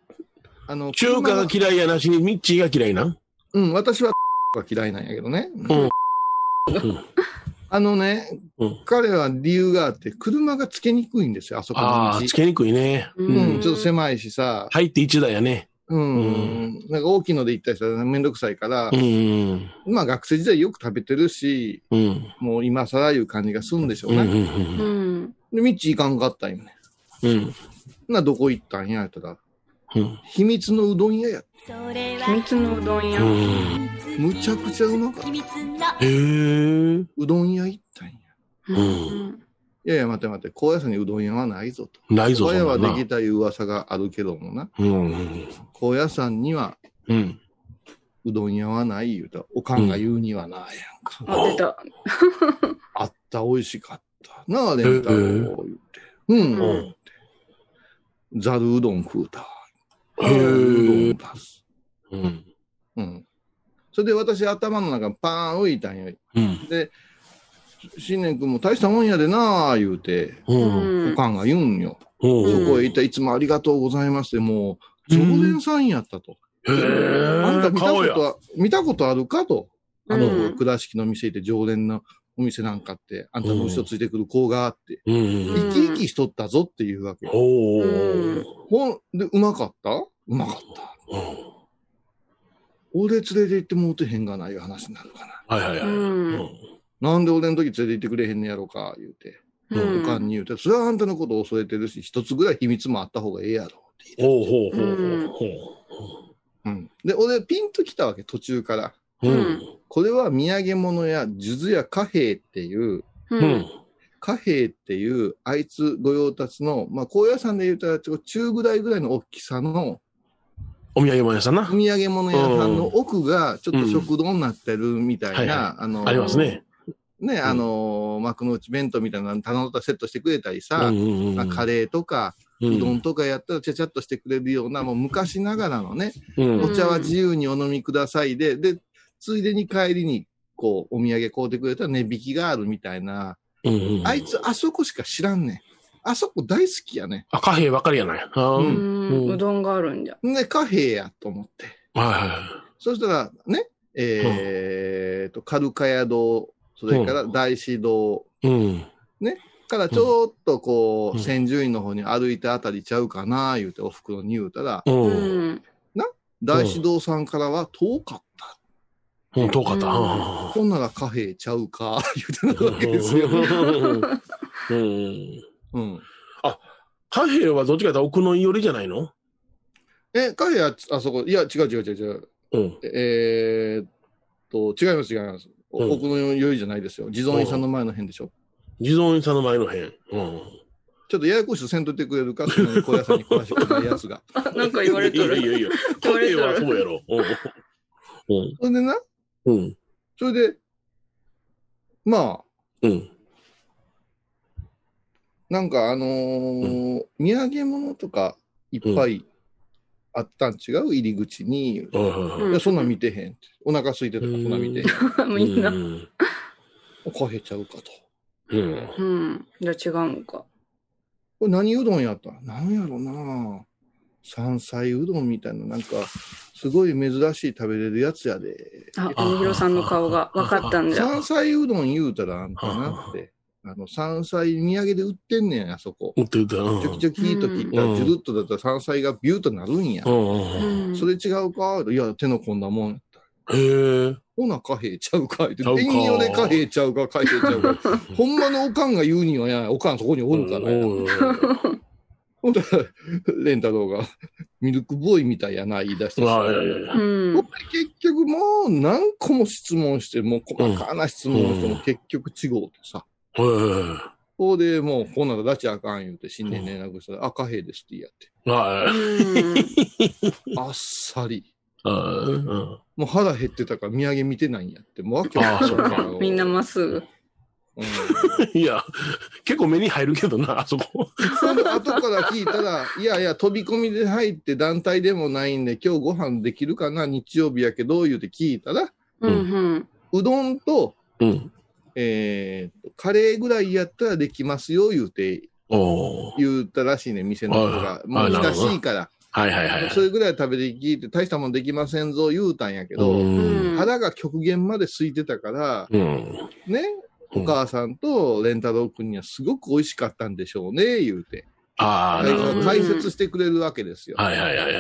Speaker 4: あの、
Speaker 3: 中華が
Speaker 4: 車
Speaker 3: 嫌いやなしにミッチーが嫌いな。
Speaker 4: うん、私は、が嫌いなんやけどね。
Speaker 3: ん
Speaker 4: うん。あのね、
Speaker 3: うん
Speaker 4: 彼は理由があって、車がつけにくいんですよ、あそこ
Speaker 3: あ
Speaker 4: の
Speaker 3: あ、
Speaker 4: 道
Speaker 3: つ。けにくいね。
Speaker 2: う
Speaker 3: うん
Speaker 4: うんん、。ちょっと狭いしさ、
Speaker 3: 入って一台やね。
Speaker 4: うん、
Speaker 3: う
Speaker 4: なんか大きいので行ったりしたらめんどくさいから
Speaker 3: う、ん。
Speaker 4: まあ学生時代よく食べてるし、
Speaker 3: うん。
Speaker 4: もう今更いう感じがするんでしょう
Speaker 3: うん。う。
Speaker 4: ね。
Speaker 2: うんん
Speaker 4: で、道行かんかったんよね。
Speaker 3: うん。
Speaker 4: な、どこ行ったんや、ったら、
Speaker 3: うん。
Speaker 4: 秘密のうどん屋や。
Speaker 2: 秘密のうどん屋、
Speaker 3: うん。
Speaker 4: むちゃくちゃうまかった。
Speaker 3: へえ。
Speaker 4: うどん屋行ったんや。
Speaker 2: うん
Speaker 4: いやいや、待て待て、高野山にうどん屋はないぞと。
Speaker 3: ないぞ、
Speaker 4: 高野
Speaker 3: そ
Speaker 4: は
Speaker 3: んな
Speaker 4: で
Speaker 3: んな
Speaker 4: き。たいう噂があるけどもな、
Speaker 3: うん。うん
Speaker 4: 高野山には
Speaker 3: うん。
Speaker 4: うどん屋はない言うたら、おかんが言うにはなあやんか。
Speaker 2: あ出た
Speaker 4: あった、美味しかった。なあ、レンタル言うて。うん。
Speaker 2: う
Speaker 4: ざるうどん食うた。
Speaker 3: へ
Speaker 4: ざるうどん
Speaker 3: え。
Speaker 4: 出す。
Speaker 3: うん。
Speaker 4: うん。それで私頭の中にパーン浮いたんよ。
Speaker 3: うん。
Speaker 4: で、新年君も大したもんやでなあ言うて、
Speaker 3: う。
Speaker 2: うん
Speaker 4: お
Speaker 2: ん
Speaker 4: かんが言うんよ。
Speaker 3: うん。
Speaker 4: そ
Speaker 3: うん
Speaker 4: こへ行ったいつもありがとうございますって、もう、常連さんやったと。
Speaker 3: へえ。
Speaker 4: あんた見たこ
Speaker 3: 顔や
Speaker 4: と。は、見たことあるかと。あの、
Speaker 2: うん
Speaker 4: 倉敷の店で常連のお店なんかって、あんたの後ろついてくる子があって、
Speaker 3: うん
Speaker 4: 生
Speaker 3: うん。
Speaker 4: き生きしとったぞっていうわけ。
Speaker 3: お
Speaker 2: うん
Speaker 3: ー。
Speaker 4: ほんで、うまかったうまかった。
Speaker 3: うん
Speaker 4: 俺連れて行ってもうてへんがないいう話になるかな。
Speaker 3: はいはいはい。
Speaker 2: うん
Speaker 4: なんで俺の時連れて行ってくれへんねやろか、言うて。
Speaker 2: う
Speaker 4: おかん
Speaker 2: ん
Speaker 4: に言うて、それはあんたのことを恐れてるし、一つぐらい秘密もあった方がええやろって言うて。
Speaker 3: ほうほうほうほ
Speaker 4: うん。で、俺ピンときたわけ、途中から。
Speaker 3: う。うん。
Speaker 4: これは土産物や数珠や貨幣っていう、
Speaker 2: う
Speaker 3: うんん。
Speaker 4: 貨幣っていう、あいつ御用達の、まあ、高野山で言うたら、ちょっと中ぐらいぐらいの大きさの、
Speaker 3: お土産物屋さんな。
Speaker 4: お土産物屋さんの奥が、ちょっと食堂になってるみた
Speaker 3: う
Speaker 4: い
Speaker 3: んは
Speaker 4: な、あの、
Speaker 3: ありますね。
Speaker 4: ね、あのー幕の内弁当みたいなの頼んだらセットしてくれたりさ、
Speaker 3: ん
Speaker 4: まあカレーとか、
Speaker 3: う
Speaker 4: うどんとかやったらちゃちゃっとしてくれるような、もう昔ながらのね、
Speaker 3: うん。
Speaker 4: お茶は自由にお飲みくださいで、で、ついでに帰りに、こう、お土産買うてくれたら値引きがあるみたいな、
Speaker 3: うん。
Speaker 4: あいつ、あそこしか知らんねん。あそこ大好きやね
Speaker 3: あ、貨幣ばかりやない。あ
Speaker 2: う
Speaker 3: ー
Speaker 2: んうどんがあるんじゃ
Speaker 4: ん。で、貨幣やと思って。
Speaker 3: はいは
Speaker 4: そしたら、ね、えーと、カルカヤ堂、それから大師堂
Speaker 3: い。うん。
Speaker 4: からちょっとこう、
Speaker 3: うん
Speaker 4: 先住院の方に歩いたあたりちゃうかな、言うてお袋に言うたら、
Speaker 3: う。
Speaker 2: うんん
Speaker 4: 大師堂さんからは遠かった。
Speaker 3: うん。遠かった。
Speaker 4: ほんなら貨幣ちゃうか、言うてなるわけですよ。
Speaker 3: うん。
Speaker 4: うん。
Speaker 3: 貨幣はどっちかというと奥の寄りじゃないの
Speaker 4: え、貨幣はあそこ、いや、違う違う違う違う。
Speaker 3: うん。
Speaker 4: えーっと、違います違います。お
Speaker 3: うん
Speaker 4: 奥のよいじゃないですよ。地蔵院さんの前の辺でしょ。
Speaker 3: 地蔵院さんの前の辺。うん。
Speaker 4: ちょっとややこしくせんといてくれるか、そんなに小屋さんに詳しくないやつが。
Speaker 2: あなんか言われと
Speaker 3: いやい
Speaker 2: る
Speaker 3: やいや。貨幣はそうやろ。うん。
Speaker 4: それでな、
Speaker 3: うん。
Speaker 4: それで、まあ、
Speaker 3: うん。
Speaker 4: なんかあのー土産物とかいっぱいあったん違う入り口に。
Speaker 3: うん。
Speaker 4: いや、そんなん見てへんって。お腹空いてたからそんなん見てへん。
Speaker 2: みんな
Speaker 4: カフェちゃうかと。
Speaker 3: うん。
Speaker 2: うんじゃあ違うのか
Speaker 4: これ何うどんやったなんやろな山菜うどんみたいな、なんか、すごい珍しい食べれるやつやで。
Speaker 2: あ富弘さんの顔が分かったんじゃ
Speaker 4: 山菜うどん言うたらあんたなって。あの、山菜土産で売ってんねん、あそこ。
Speaker 3: 打ってた。うん
Speaker 4: ちょきちょきーと切った
Speaker 3: うん
Speaker 4: ら、ジュルッとだったら山菜がビューとなるんや。
Speaker 2: う
Speaker 3: うん。
Speaker 2: ん
Speaker 4: それ違うかいや、手の込んだもんやった。
Speaker 3: へえ。
Speaker 4: ほな、貨幣ちゃうかいって。
Speaker 3: ちゃうか
Speaker 4: 遠慮で貨幣ちゃうか、貨幣ちゃう か。ほんまのおかんが言うにはや、おかんそこにおるからや。ほんだら、レンタロウが、ミルクボーイみたいやな、言い出してさ。
Speaker 2: う
Speaker 3: うん
Speaker 4: 結局もう何個も質問して、もう細かな質問をしても結局違うとさ。
Speaker 3: ん。
Speaker 4: ほうでもう、こんなら拉致あかん言うて、新年連絡したら、あ、貨幣ですって言いやって。
Speaker 3: は
Speaker 4: あっさり。
Speaker 3: い。うん。
Speaker 4: もう腹減ってたから土産見てないんやって。もうわけわ
Speaker 3: あーそう
Speaker 4: か
Speaker 3: か
Speaker 4: んない。
Speaker 2: みんなまっすぐ
Speaker 4: うん
Speaker 3: いや、結構目に入るけどな、あそこ。
Speaker 4: その後から聞いたら、いやいや、飛び込みで入って団体でもないんで、今日ご飯できるかな日曜日やけど、言うて聞いたら、
Speaker 2: うんうん
Speaker 4: うどんと、
Speaker 3: うん。
Speaker 4: えーとカレーぐらいやったらできますよ、言うて、
Speaker 3: おー
Speaker 4: 言ったらしいね、店の人が
Speaker 3: あ。
Speaker 4: も
Speaker 3: あ
Speaker 4: う
Speaker 3: なる
Speaker 4: 親
Speaker 3: ほど
Speaker 4: しいから。
Speaker 3: はいはいはい。
Speaker 4: それぐらい食べてきって、大したもんできませんぞ、言うたんやけ
Speaker 3: う。
Speaker 4: ど、
Speaker 2: うんん
Speaker 4: 腹が極限まで空いてたから、
Speaker 3: うん。
Speaker 4: ね、
Speaker 3: う
Speaker 4: お
Speaker 3: ん
Speaker 4: 母さんとレンタロウ君にはすごく美味しかったんでしょうね、言うて。
Speaker 3: ああ、なるほど。
Speaker 4: 解説してくれるわけですよ。
Speaker 3: はいはいはいはいは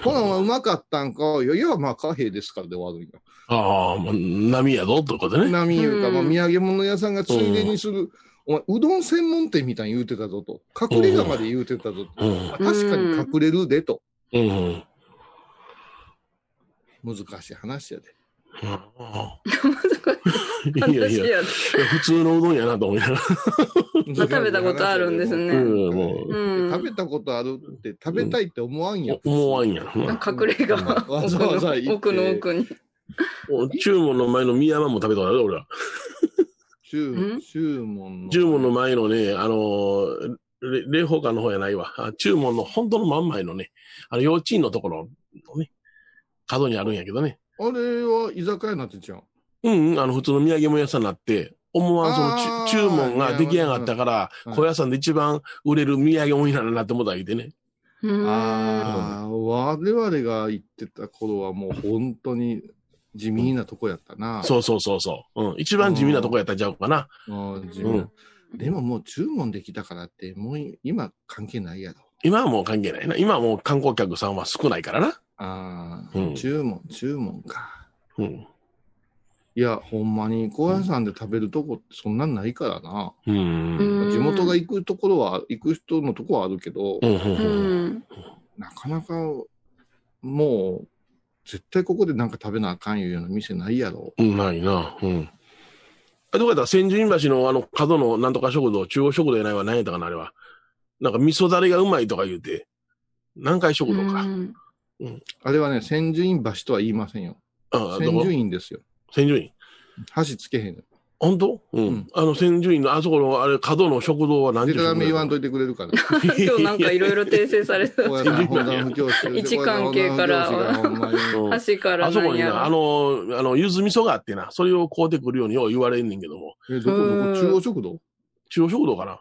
Speaker 3: い。
Speaker 4: ほな、うまかったんか。いや、いや、まあ、貨幣ですからで終わるんよ。
Speaker 3: ああ、もう波やぞってことね。
Speaker 4: 波いうか、
Speaker 2: うん
Speaker 4: まあ、土産物屋さんがついでにする、お前、うどん専門店みたいに言うてたぞと。隠れ家まで言うてたぞと。
Speaker 3: うん。
Speaker 4: 確かに隠れるでと。
Speaker 3: うん。うん
Speaker 4: 難しい話やで。
Speaker 3: いやいや、普通のうどんやなと思いながら。
Speaker 2: まあ食べたことあるんですね
Speaker 3: う。ん、もう、
Speaker 2: うん
Speaker 4: 食べたことあるって、食べたいって思わんよ。
Speaker 3: 思わんやん。
Speaker 2: 隠れ家が
Speaker 4: わざわざ行って
Speaker 2: 奥の奥に。
Speaker 3: 注文の前の宮山も食べたことあるよ俺は。
Speaker 4: 注
Speaker 2: ん
Speaker 4: 注文の。
Speaker 3: 注文の前のね、あのー、霊宝館の方やないわ。あ注文の本当の真ん前のね、あの幼稚園のところのね、角にあるんやけどね。
Speaker 4: あれは居酒屋になってんじゃん。
Speaker 3: うん、うん、あの、普通の土産物屋さんになって、思わんそのち
Speaker 4: あー
Speaker 3: ゅ注文が出来上がったから
Speaker 4: う、ん
Speaker 3: 小屋さんで一番売れる土産物になるなって思ったわけでね。
Speaker 4: ああ、我々が行ってた頃はもう本当に地味なとこやったな。
Speaker 3: そうそうそうそう。うん、一番地味なとこやったんちゃうかな。
Speaker 4: うん地味なでももう注文できたからって、もう今関係ないやろ。
Speaker 3: 今はもう関係ないな。今はもう観光客さんは少ないからな。
Speaker 4: ああ、
Speaker 3: うん
Speaker 4: 注文、注文か。
Speaker 3: うん。
Speaker 4: いや、ほんまに高野山で食べるとこってそんなんないからな。
Speaker 3: うん。うん。
Speaker 4: 地元が行くところは、行く人のとこはあるけど、
Speaker 3: うん。
Speaker 2: う
Speaker 3: うん
Speaker 2: ん。
Speaker 4: なかなかもう、絶対ここでなんか食べなあかんいうような店ないやろ。
Speaker 3: うん。ないな。うん。あどうやった千住院橋のあの角のなんとか食堂、中央食堂やないわ、何やったかな、あれは。なんか味噌だれがうまいとか言うて、南海食堂か。
Speaker 2: うん
Speaker 4: あれはね、千住院橋とは言いませんよ。
Speaker 3: ああ、ど
Speaker 4: 千
Speaker 3: こ
Speaker 4: 住院ですよ。
Speaker 3: 千住院。
Speaker 4: 箸つけへんの。
Speaker 3: 本当うん。
Speaker 4: うん
Speaker 3: あの千住院のあそこのあれ角の食堂は何
Speaker 4: で
Speaker 3: 時
Speaker 4: たらめ言わんといてくれ るから。
Speaker 2: 今日なんかいろいろ訂正された。
Speaker 4: 高野山本田の教室。
Speaker 2: 位置関係から
Speaker 4: 高野山本田の教師がほんまに
Speaker 3: うん
Speaker 2: 橋から
Speaker 3: あそ
Speaker 2: な
Speaker 3: こ
Speaker 2: ん
Speaker 3: に
Speaker 2: や
Speaker 3: な、あ
Speaker 2: ろ。
Speaker 3: の、あの、ゆず味噌があってな、それを買うてくるようによう言われんねんけども、
Speaker 4: え、どこどこ中央食堂
Speaker 3: 中央食堂かな。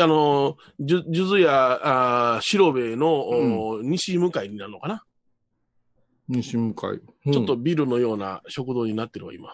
Speaker 3: あの、じゅ、じゅずや、あー白兵衛の、お西向かいになるのかな、
Speaker 4: 西向かい。うん
Speaker 3: ちょっと。ビルのような食堂になってるわ、今。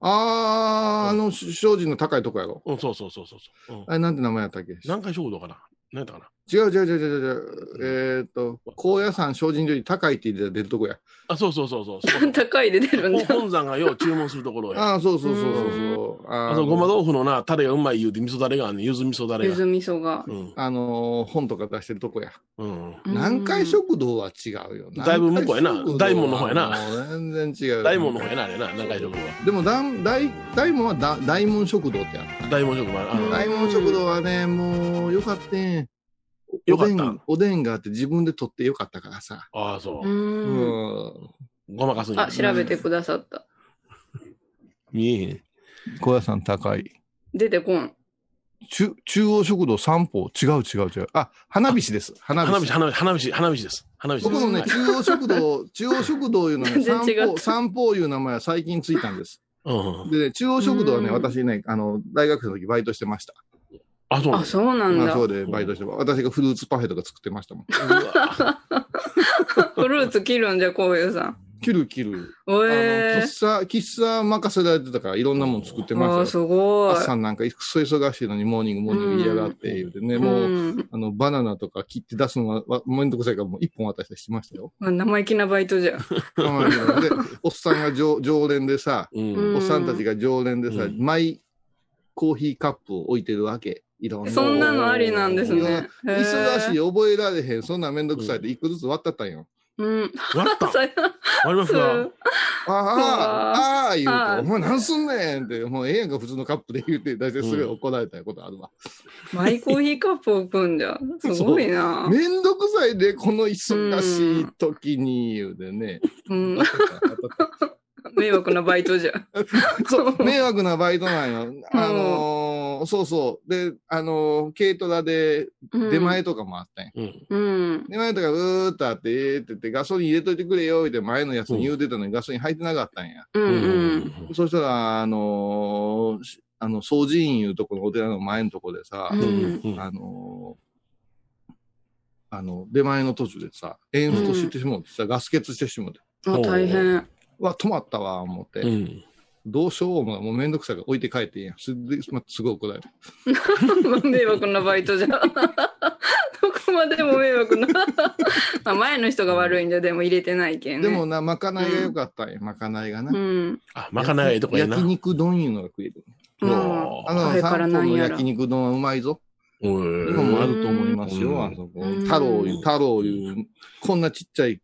Speaker 4: あー、あの、精進の高いとこやろ。
Speaker 3: うん、そうそうそうそうそう。うん
Speaker 4: あれ、なんて名前やったっけ
Speaker 3: 南海食堂かな何やったかな
Speaker 4: 違う違う違う違う違う。えーっと、高野山精進より高いって言って出るとこや。
Speaker 3: あ、そうそうそうそう そこ。
Speaker 2: 高いで出るん
Speaker 3: ほ
Speaker 2: だ。
Speaker 3: 本山がよう注文するところや。
Speaker 4: ああ、そうそうそうそうそう。
Speaker 3: あ
Speaker 4: あ
Speaker 3: の、ごま
Speaker 4: の、
Speaker 3: 豆腐のな、タレがうまい言うて味噌だれがあんねんゆず味噌だれ
Speaker 2: ゆ
Speaker 3: が。
Speaker 2: ず味噌が。。
Speaker 3: うん。
Speaker 4: あのー本とか出してるとこや。
Speaker 3: うん。
Speaker 4: 南海食堂は違うよな。
Speaker 3: だいぶ向こうやな
Speaker 4: 南海食堂は
Speaker 3: 大門の方やな
Speaker 4: もう全然違う。
Speaker 3: 大門の方やな、あれな、南海食堂は。
Speaker 4: でもだん大大門はだ大門食堂ってあった。
Speaker 3: 大門食堂は、あの、
Speaker 4: 大門食堂はね、もうよかったね。
Speaker 3: よかっ
Speaker 4: おで
Speaker 3: た
Speaker 4: ん。おでんがあって自分で取ってよかったからさ。
Speaker 3: ああ、そうう。
Speaker 4: うんん。
Speaker 3: ごまかすんや
Speaker 2: あ、調べてくださった。
Speaker 3: 見えへん。
Speaker 4: 小屋さん高い。
Speaker 2: 出てこん。
Speaker 4: 中中央食堂三方違う違う違う。あ、花火師です。花
Speaker 3: 花
Speaker 4: 火
Speaker 3: 火
Speaker 4: 師
Speaker 3: 師、。花火師、花火師、花火師です。花火師
Speaker 4: 僕
Speaker 3: です。
Speaker 4: のね、
Speaker 3: はい
Speaker 4: 中央食堂、中央食堂いうのはね、
Speaker 2: 全
Speaker 4: 三
Speaker 2: 然違った
Speaker 4: 方、三方いう名前は最近ついたんです。
Speaker 3: うん。
Speaker 4: でね、中央食堂はね、
Speaker 2: うん
Speaker 4: 私ね、あの、大学生の時バイトしてました。
Speaker 3: あ、そうなん
Speaker 2: あ、
Speaker 3: だ。
Speaker 2: そうなん
Speaker 4: まあ
Speaker 2: だ
Speaker 4: そ。うでバイトしてま私がフルーツパフェとか作ってましたもん。
Speaker 3: うわ
Speaker 2: フルーツ切るんじゃ、こういうさん。
Speaker 4: キルキル。
Speaker 2: お
Speaker 4: あの
Speaker 2: え
Speaker 4: 喫茶、喫茶任せられてたから、いろんなもん作って
Speaker 2: ー。あ
Speaker 4: ま
Speaker 2: ー、
Speaker 4: した
Speaker 2: す
Speaker 4: よ。
Speaker 2: ごい
Speaker 4: あ。さんなんか、くそ忙しいのに、モーニング、モーニング嫌がって、言うてね、もう、
Speaker 2: うん
Speaker 4: あの、バナナとか切って出すのは、わめんどくさいから、もう一本渡したりしてましたよ。
Speaker 2: まあ生意気なバイトじゃん。
Speaker 4: で、おっさんが常常連でさ、
Speaker 3: うん。
Speaker 4: おっさんたちが常連でさ、
Speaker 3: うん
Speaker 4: マイコーヒーカップを置いてるわけ。いろんな。
Speaker 2: そんなのありなんです
Speaker 4: いろ
Speaker 2: ね。
Speaker 4: な忙しい、
Speaker 2: い。
Speaker 4: 覚えられへん、そんなんめんどくさいって、一個ずつ割ったったんよ。
Speaker 2: うん。
Speaker 3: 割った割
Speaker 2: さよ
Speaker 3: りますか
Speaker 4: ああ、ああ、言
Speaker 2: はいう
Speaker 4: と、お前なんすんねんって、もうええやんか、普通のカップで言うて、大体すごい怒られたことあるわ。
Speaker 2: マイコーヒーカップ置くんじゃ。すごいな。
Speaker 4: めんどくさいで、この忙しい時に言うてね。
Speaker 2: うん。迷惑なバイトじゃ。
Speaker 4: そう、迷惑なバイトなんよ。あのーそうそう。で、あのー軽トラで出前とかもあったんよ。
Speaker 3: うん。
Speaker 2: うん。
Speaker 4: 出前とかうーっとあって、ええって言って、ガソリン入れといてくれよ、って前のやつに言うてたのにガソリン入ってなかったんや。
Speaker 2: うん。う。
Speaker 3: うんん。
Speaker 4: そしたら、あのーしあの、掃除員いうとこのお寺の前のとこでさ、
Speaker 2: う。
Speaker 3: うんん。
Speaker 4: あのーあの、出前の途中でさ、演出してしもうてさ、ガス欠してしもうて、
Speaker 2: あ、大変。
Speaker 4: うわ、止まったわ、思って、
Speaker 3: うん。
Speaker 4: どうしようも、もうめんどくさいから置いて帰っていいやん。すでまあすごい怒られる。
Speaker 2: 迷惑なバイトじゃん。どこまでも迷惑な。まあ前の人が悪いんじゃ、でも入れてないけんね。
Speaker 4: でもな、まかないが良かったんや、まかないがな。
Speaker 2: うん。
Speaker 3: あ、まかないええとこやな。
Speaker 4: 焼肉丼いうのが食える。
Speaker 2: も
Speaker 3: も
Speaker 4: あの、
Speaker 2: あれから
Speaker 4: 三
Speaker 2: な
Speaker 4: 本
Speaker 2: ん
Speaker 4: の
Speaker 2: やら
Speaker 4: 焼肉丼はうまいぞ。
Speaker 3: う、う
Speaker 4: 今もあ
Speaker 3: ん。
Speaker 4: ると思います
Speaker 3: うん
Speaker 4: よ、あそこ
Speaker 6: うん。
Speaker 4: 太郎いう、太郎いう、こんなちっちゃい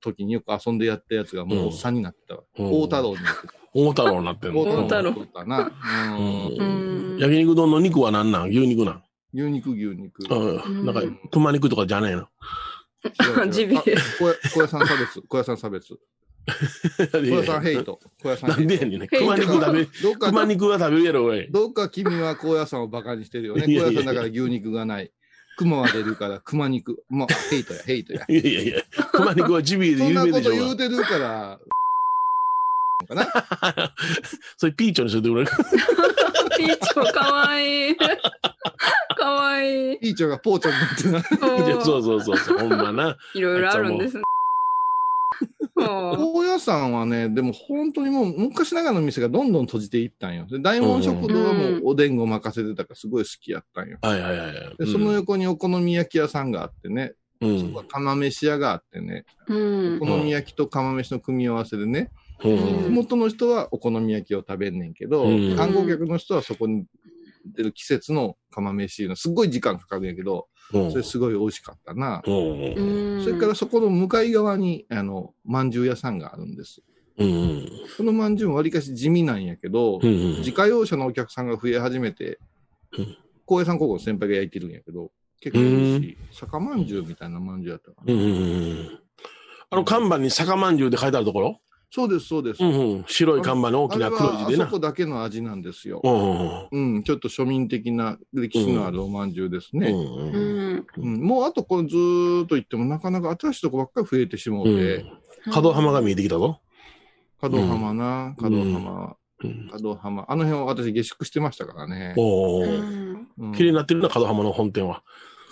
Speaker 4: 時によく遊んでやったやつがもうおっさんになってたわ。
Speaker 3: うん
Speaker 4: 大太郎になってた。
Speaker 3: 大太郎になってんの。
Speaker 2: 大太郎
Speaker 4: になってたな。
Speaker 3: う
Speaker 4: うん
Speaker 3: ん
Speaker 2: う。
Speaker 3: うん
Speaker 2: ん。
Speaker 3: 焼肉丼の肉は何なん牛肉なん。
Speaker 4: 牛肉、牛肉。、
Speaker 3: うん。なんか
Speaker 2: うん
Speaker 3: 熊肉とかじゃないの。
Speaker 4: 違う違う
Speaker 2: ジビエ
Speaker 4: あ小屋小屋さん差別。小屋さん差別。小屋さんヘイト。小屋さん
Speaker 3: なん
Speaker 4: ヘイト。
Speaker 3: でやね
Speaker 2: ヘイ
Speaker 3: ん。
Speaker 2: ト
Speaker 3: 熊肉食べ、
Speaker 4: どっか、
Speaker 3: 熊肉は食べるやろ、おい。
Speaker 4: どっか君は高野山をバカにしてるよね。高
Speaker 3: いやいや
Speaker 4: 野山だから牛肉がない。熊は出るから熊肉。もうヘイトや、ヘイトや。
Speaker 3: いやいやいや、熊肉はジビエで
Speaker 4: そん
Speaker 3: 有
Speaker 4: な
Speaker 3: 名
Speaker 4: こ
Speaker 3: でし
Speaker 4: と
Speaker 3: ょう
Speaker 4: 言
Speaker 3: が
Speaker 4: う。てるから、
Speaker 3: それピーチョにしといてくれる。
Speaker 2: ピーチョ、かわいい。かわいい。
Speaker 4: ピーチョがポーチョになってない。
Speaker 3: いやそ
Speaker 2: そう
Speaker 3: うそうそうそう、ほんまな。
Speaker 2: いろいろあるんですね。そう
Speaker 4: 高野山はね、でも本当にもう昔ながらの店がどんどん閉じていったんよ。で大門食堂はもうおでんご任せてたからすごい好きやったんよ。
Speaker 3: はいはいはい。
Speaker 4: で、その横にお好み焼き屋さんがあってね、
Speaker 3: う
Speaker 4: そ
Speaker 3: ん
Speaker 4: こは釜飯屋があってね、
Speaker 2: うん
Speaker 4: お。好み焼きと釜飯の組み合わせでね、
Speaker 3: うん
Speaker 4: 地元の人はお好み焼きを食べんねんけど、
Speaker 3: うん
Speaker 4: 観光客の人はそこに出る季節の釜飯のすっごい時間かかるんやけど、
Speaker 3: うん
Speaker 4: それすごい美味しかったな。
Speaker 3: うん
Speaker 2: うん
Speaker 4: それから、そこの向かい側に、あの、まんじゅう屋さんがあるんです。
Speaker 3: うん
Speaker 4: このまんじゅうもわりかし地味なんやけど、
Speaker 3: うん
Speaker 4: 自家用車のお客さんが増え始めて
Speaker 3: うん、
Speaker 4: 高野山高校の先輩が焼いてるんやけど、結構美味しい。酒まんじゅうみたいなまんじゅうやったか
Speaker 3: う
Speaker 4: な。
Speaker 3: んうんあの看板に酒まんじゅうって書いてあるところ
Speaker 4: そうです、そうです。
Speaker 3: うんうん白い看板に大
Speaker 4: あ
Speaker 3: きな
Speaker 4: れ
Speaker 3: 黒い字
Speaker 4: はあ
Speaker 3: で
Speaker 4: そ
Speaker 3: な。
Speaker 4: こだけの味なんですよ。
Speaker 3: うんうん
Speaker 4: うん、ちょっと庶民的な歴史のあるおまんじゅうです
Speaker 3: う
Speaker 4: ね。
Speaker 3: んう
Speaker 2: うんん。
Speaker 4: うんもうあとこれずーっと行ってもなかなか新しいとこばっかり増えてしまう
Speaker 3: う
Speaker 4: て、
Speaker 3: ん角浜が見えてきたぞ。
Speaker 4: 角浜な、
Speaker 3: うん
Speaker 4: 角浜、
Speaker 3: うん
Speaker 4: 角浜。あの辺は私下宿してましたからね。
Speaker 3: お
Speaker 2: う
Speaker 3: ー
Speaker 2: ん
Speaker 4: うん
Speaker 3: 綺麗になってるな角浜の本店は。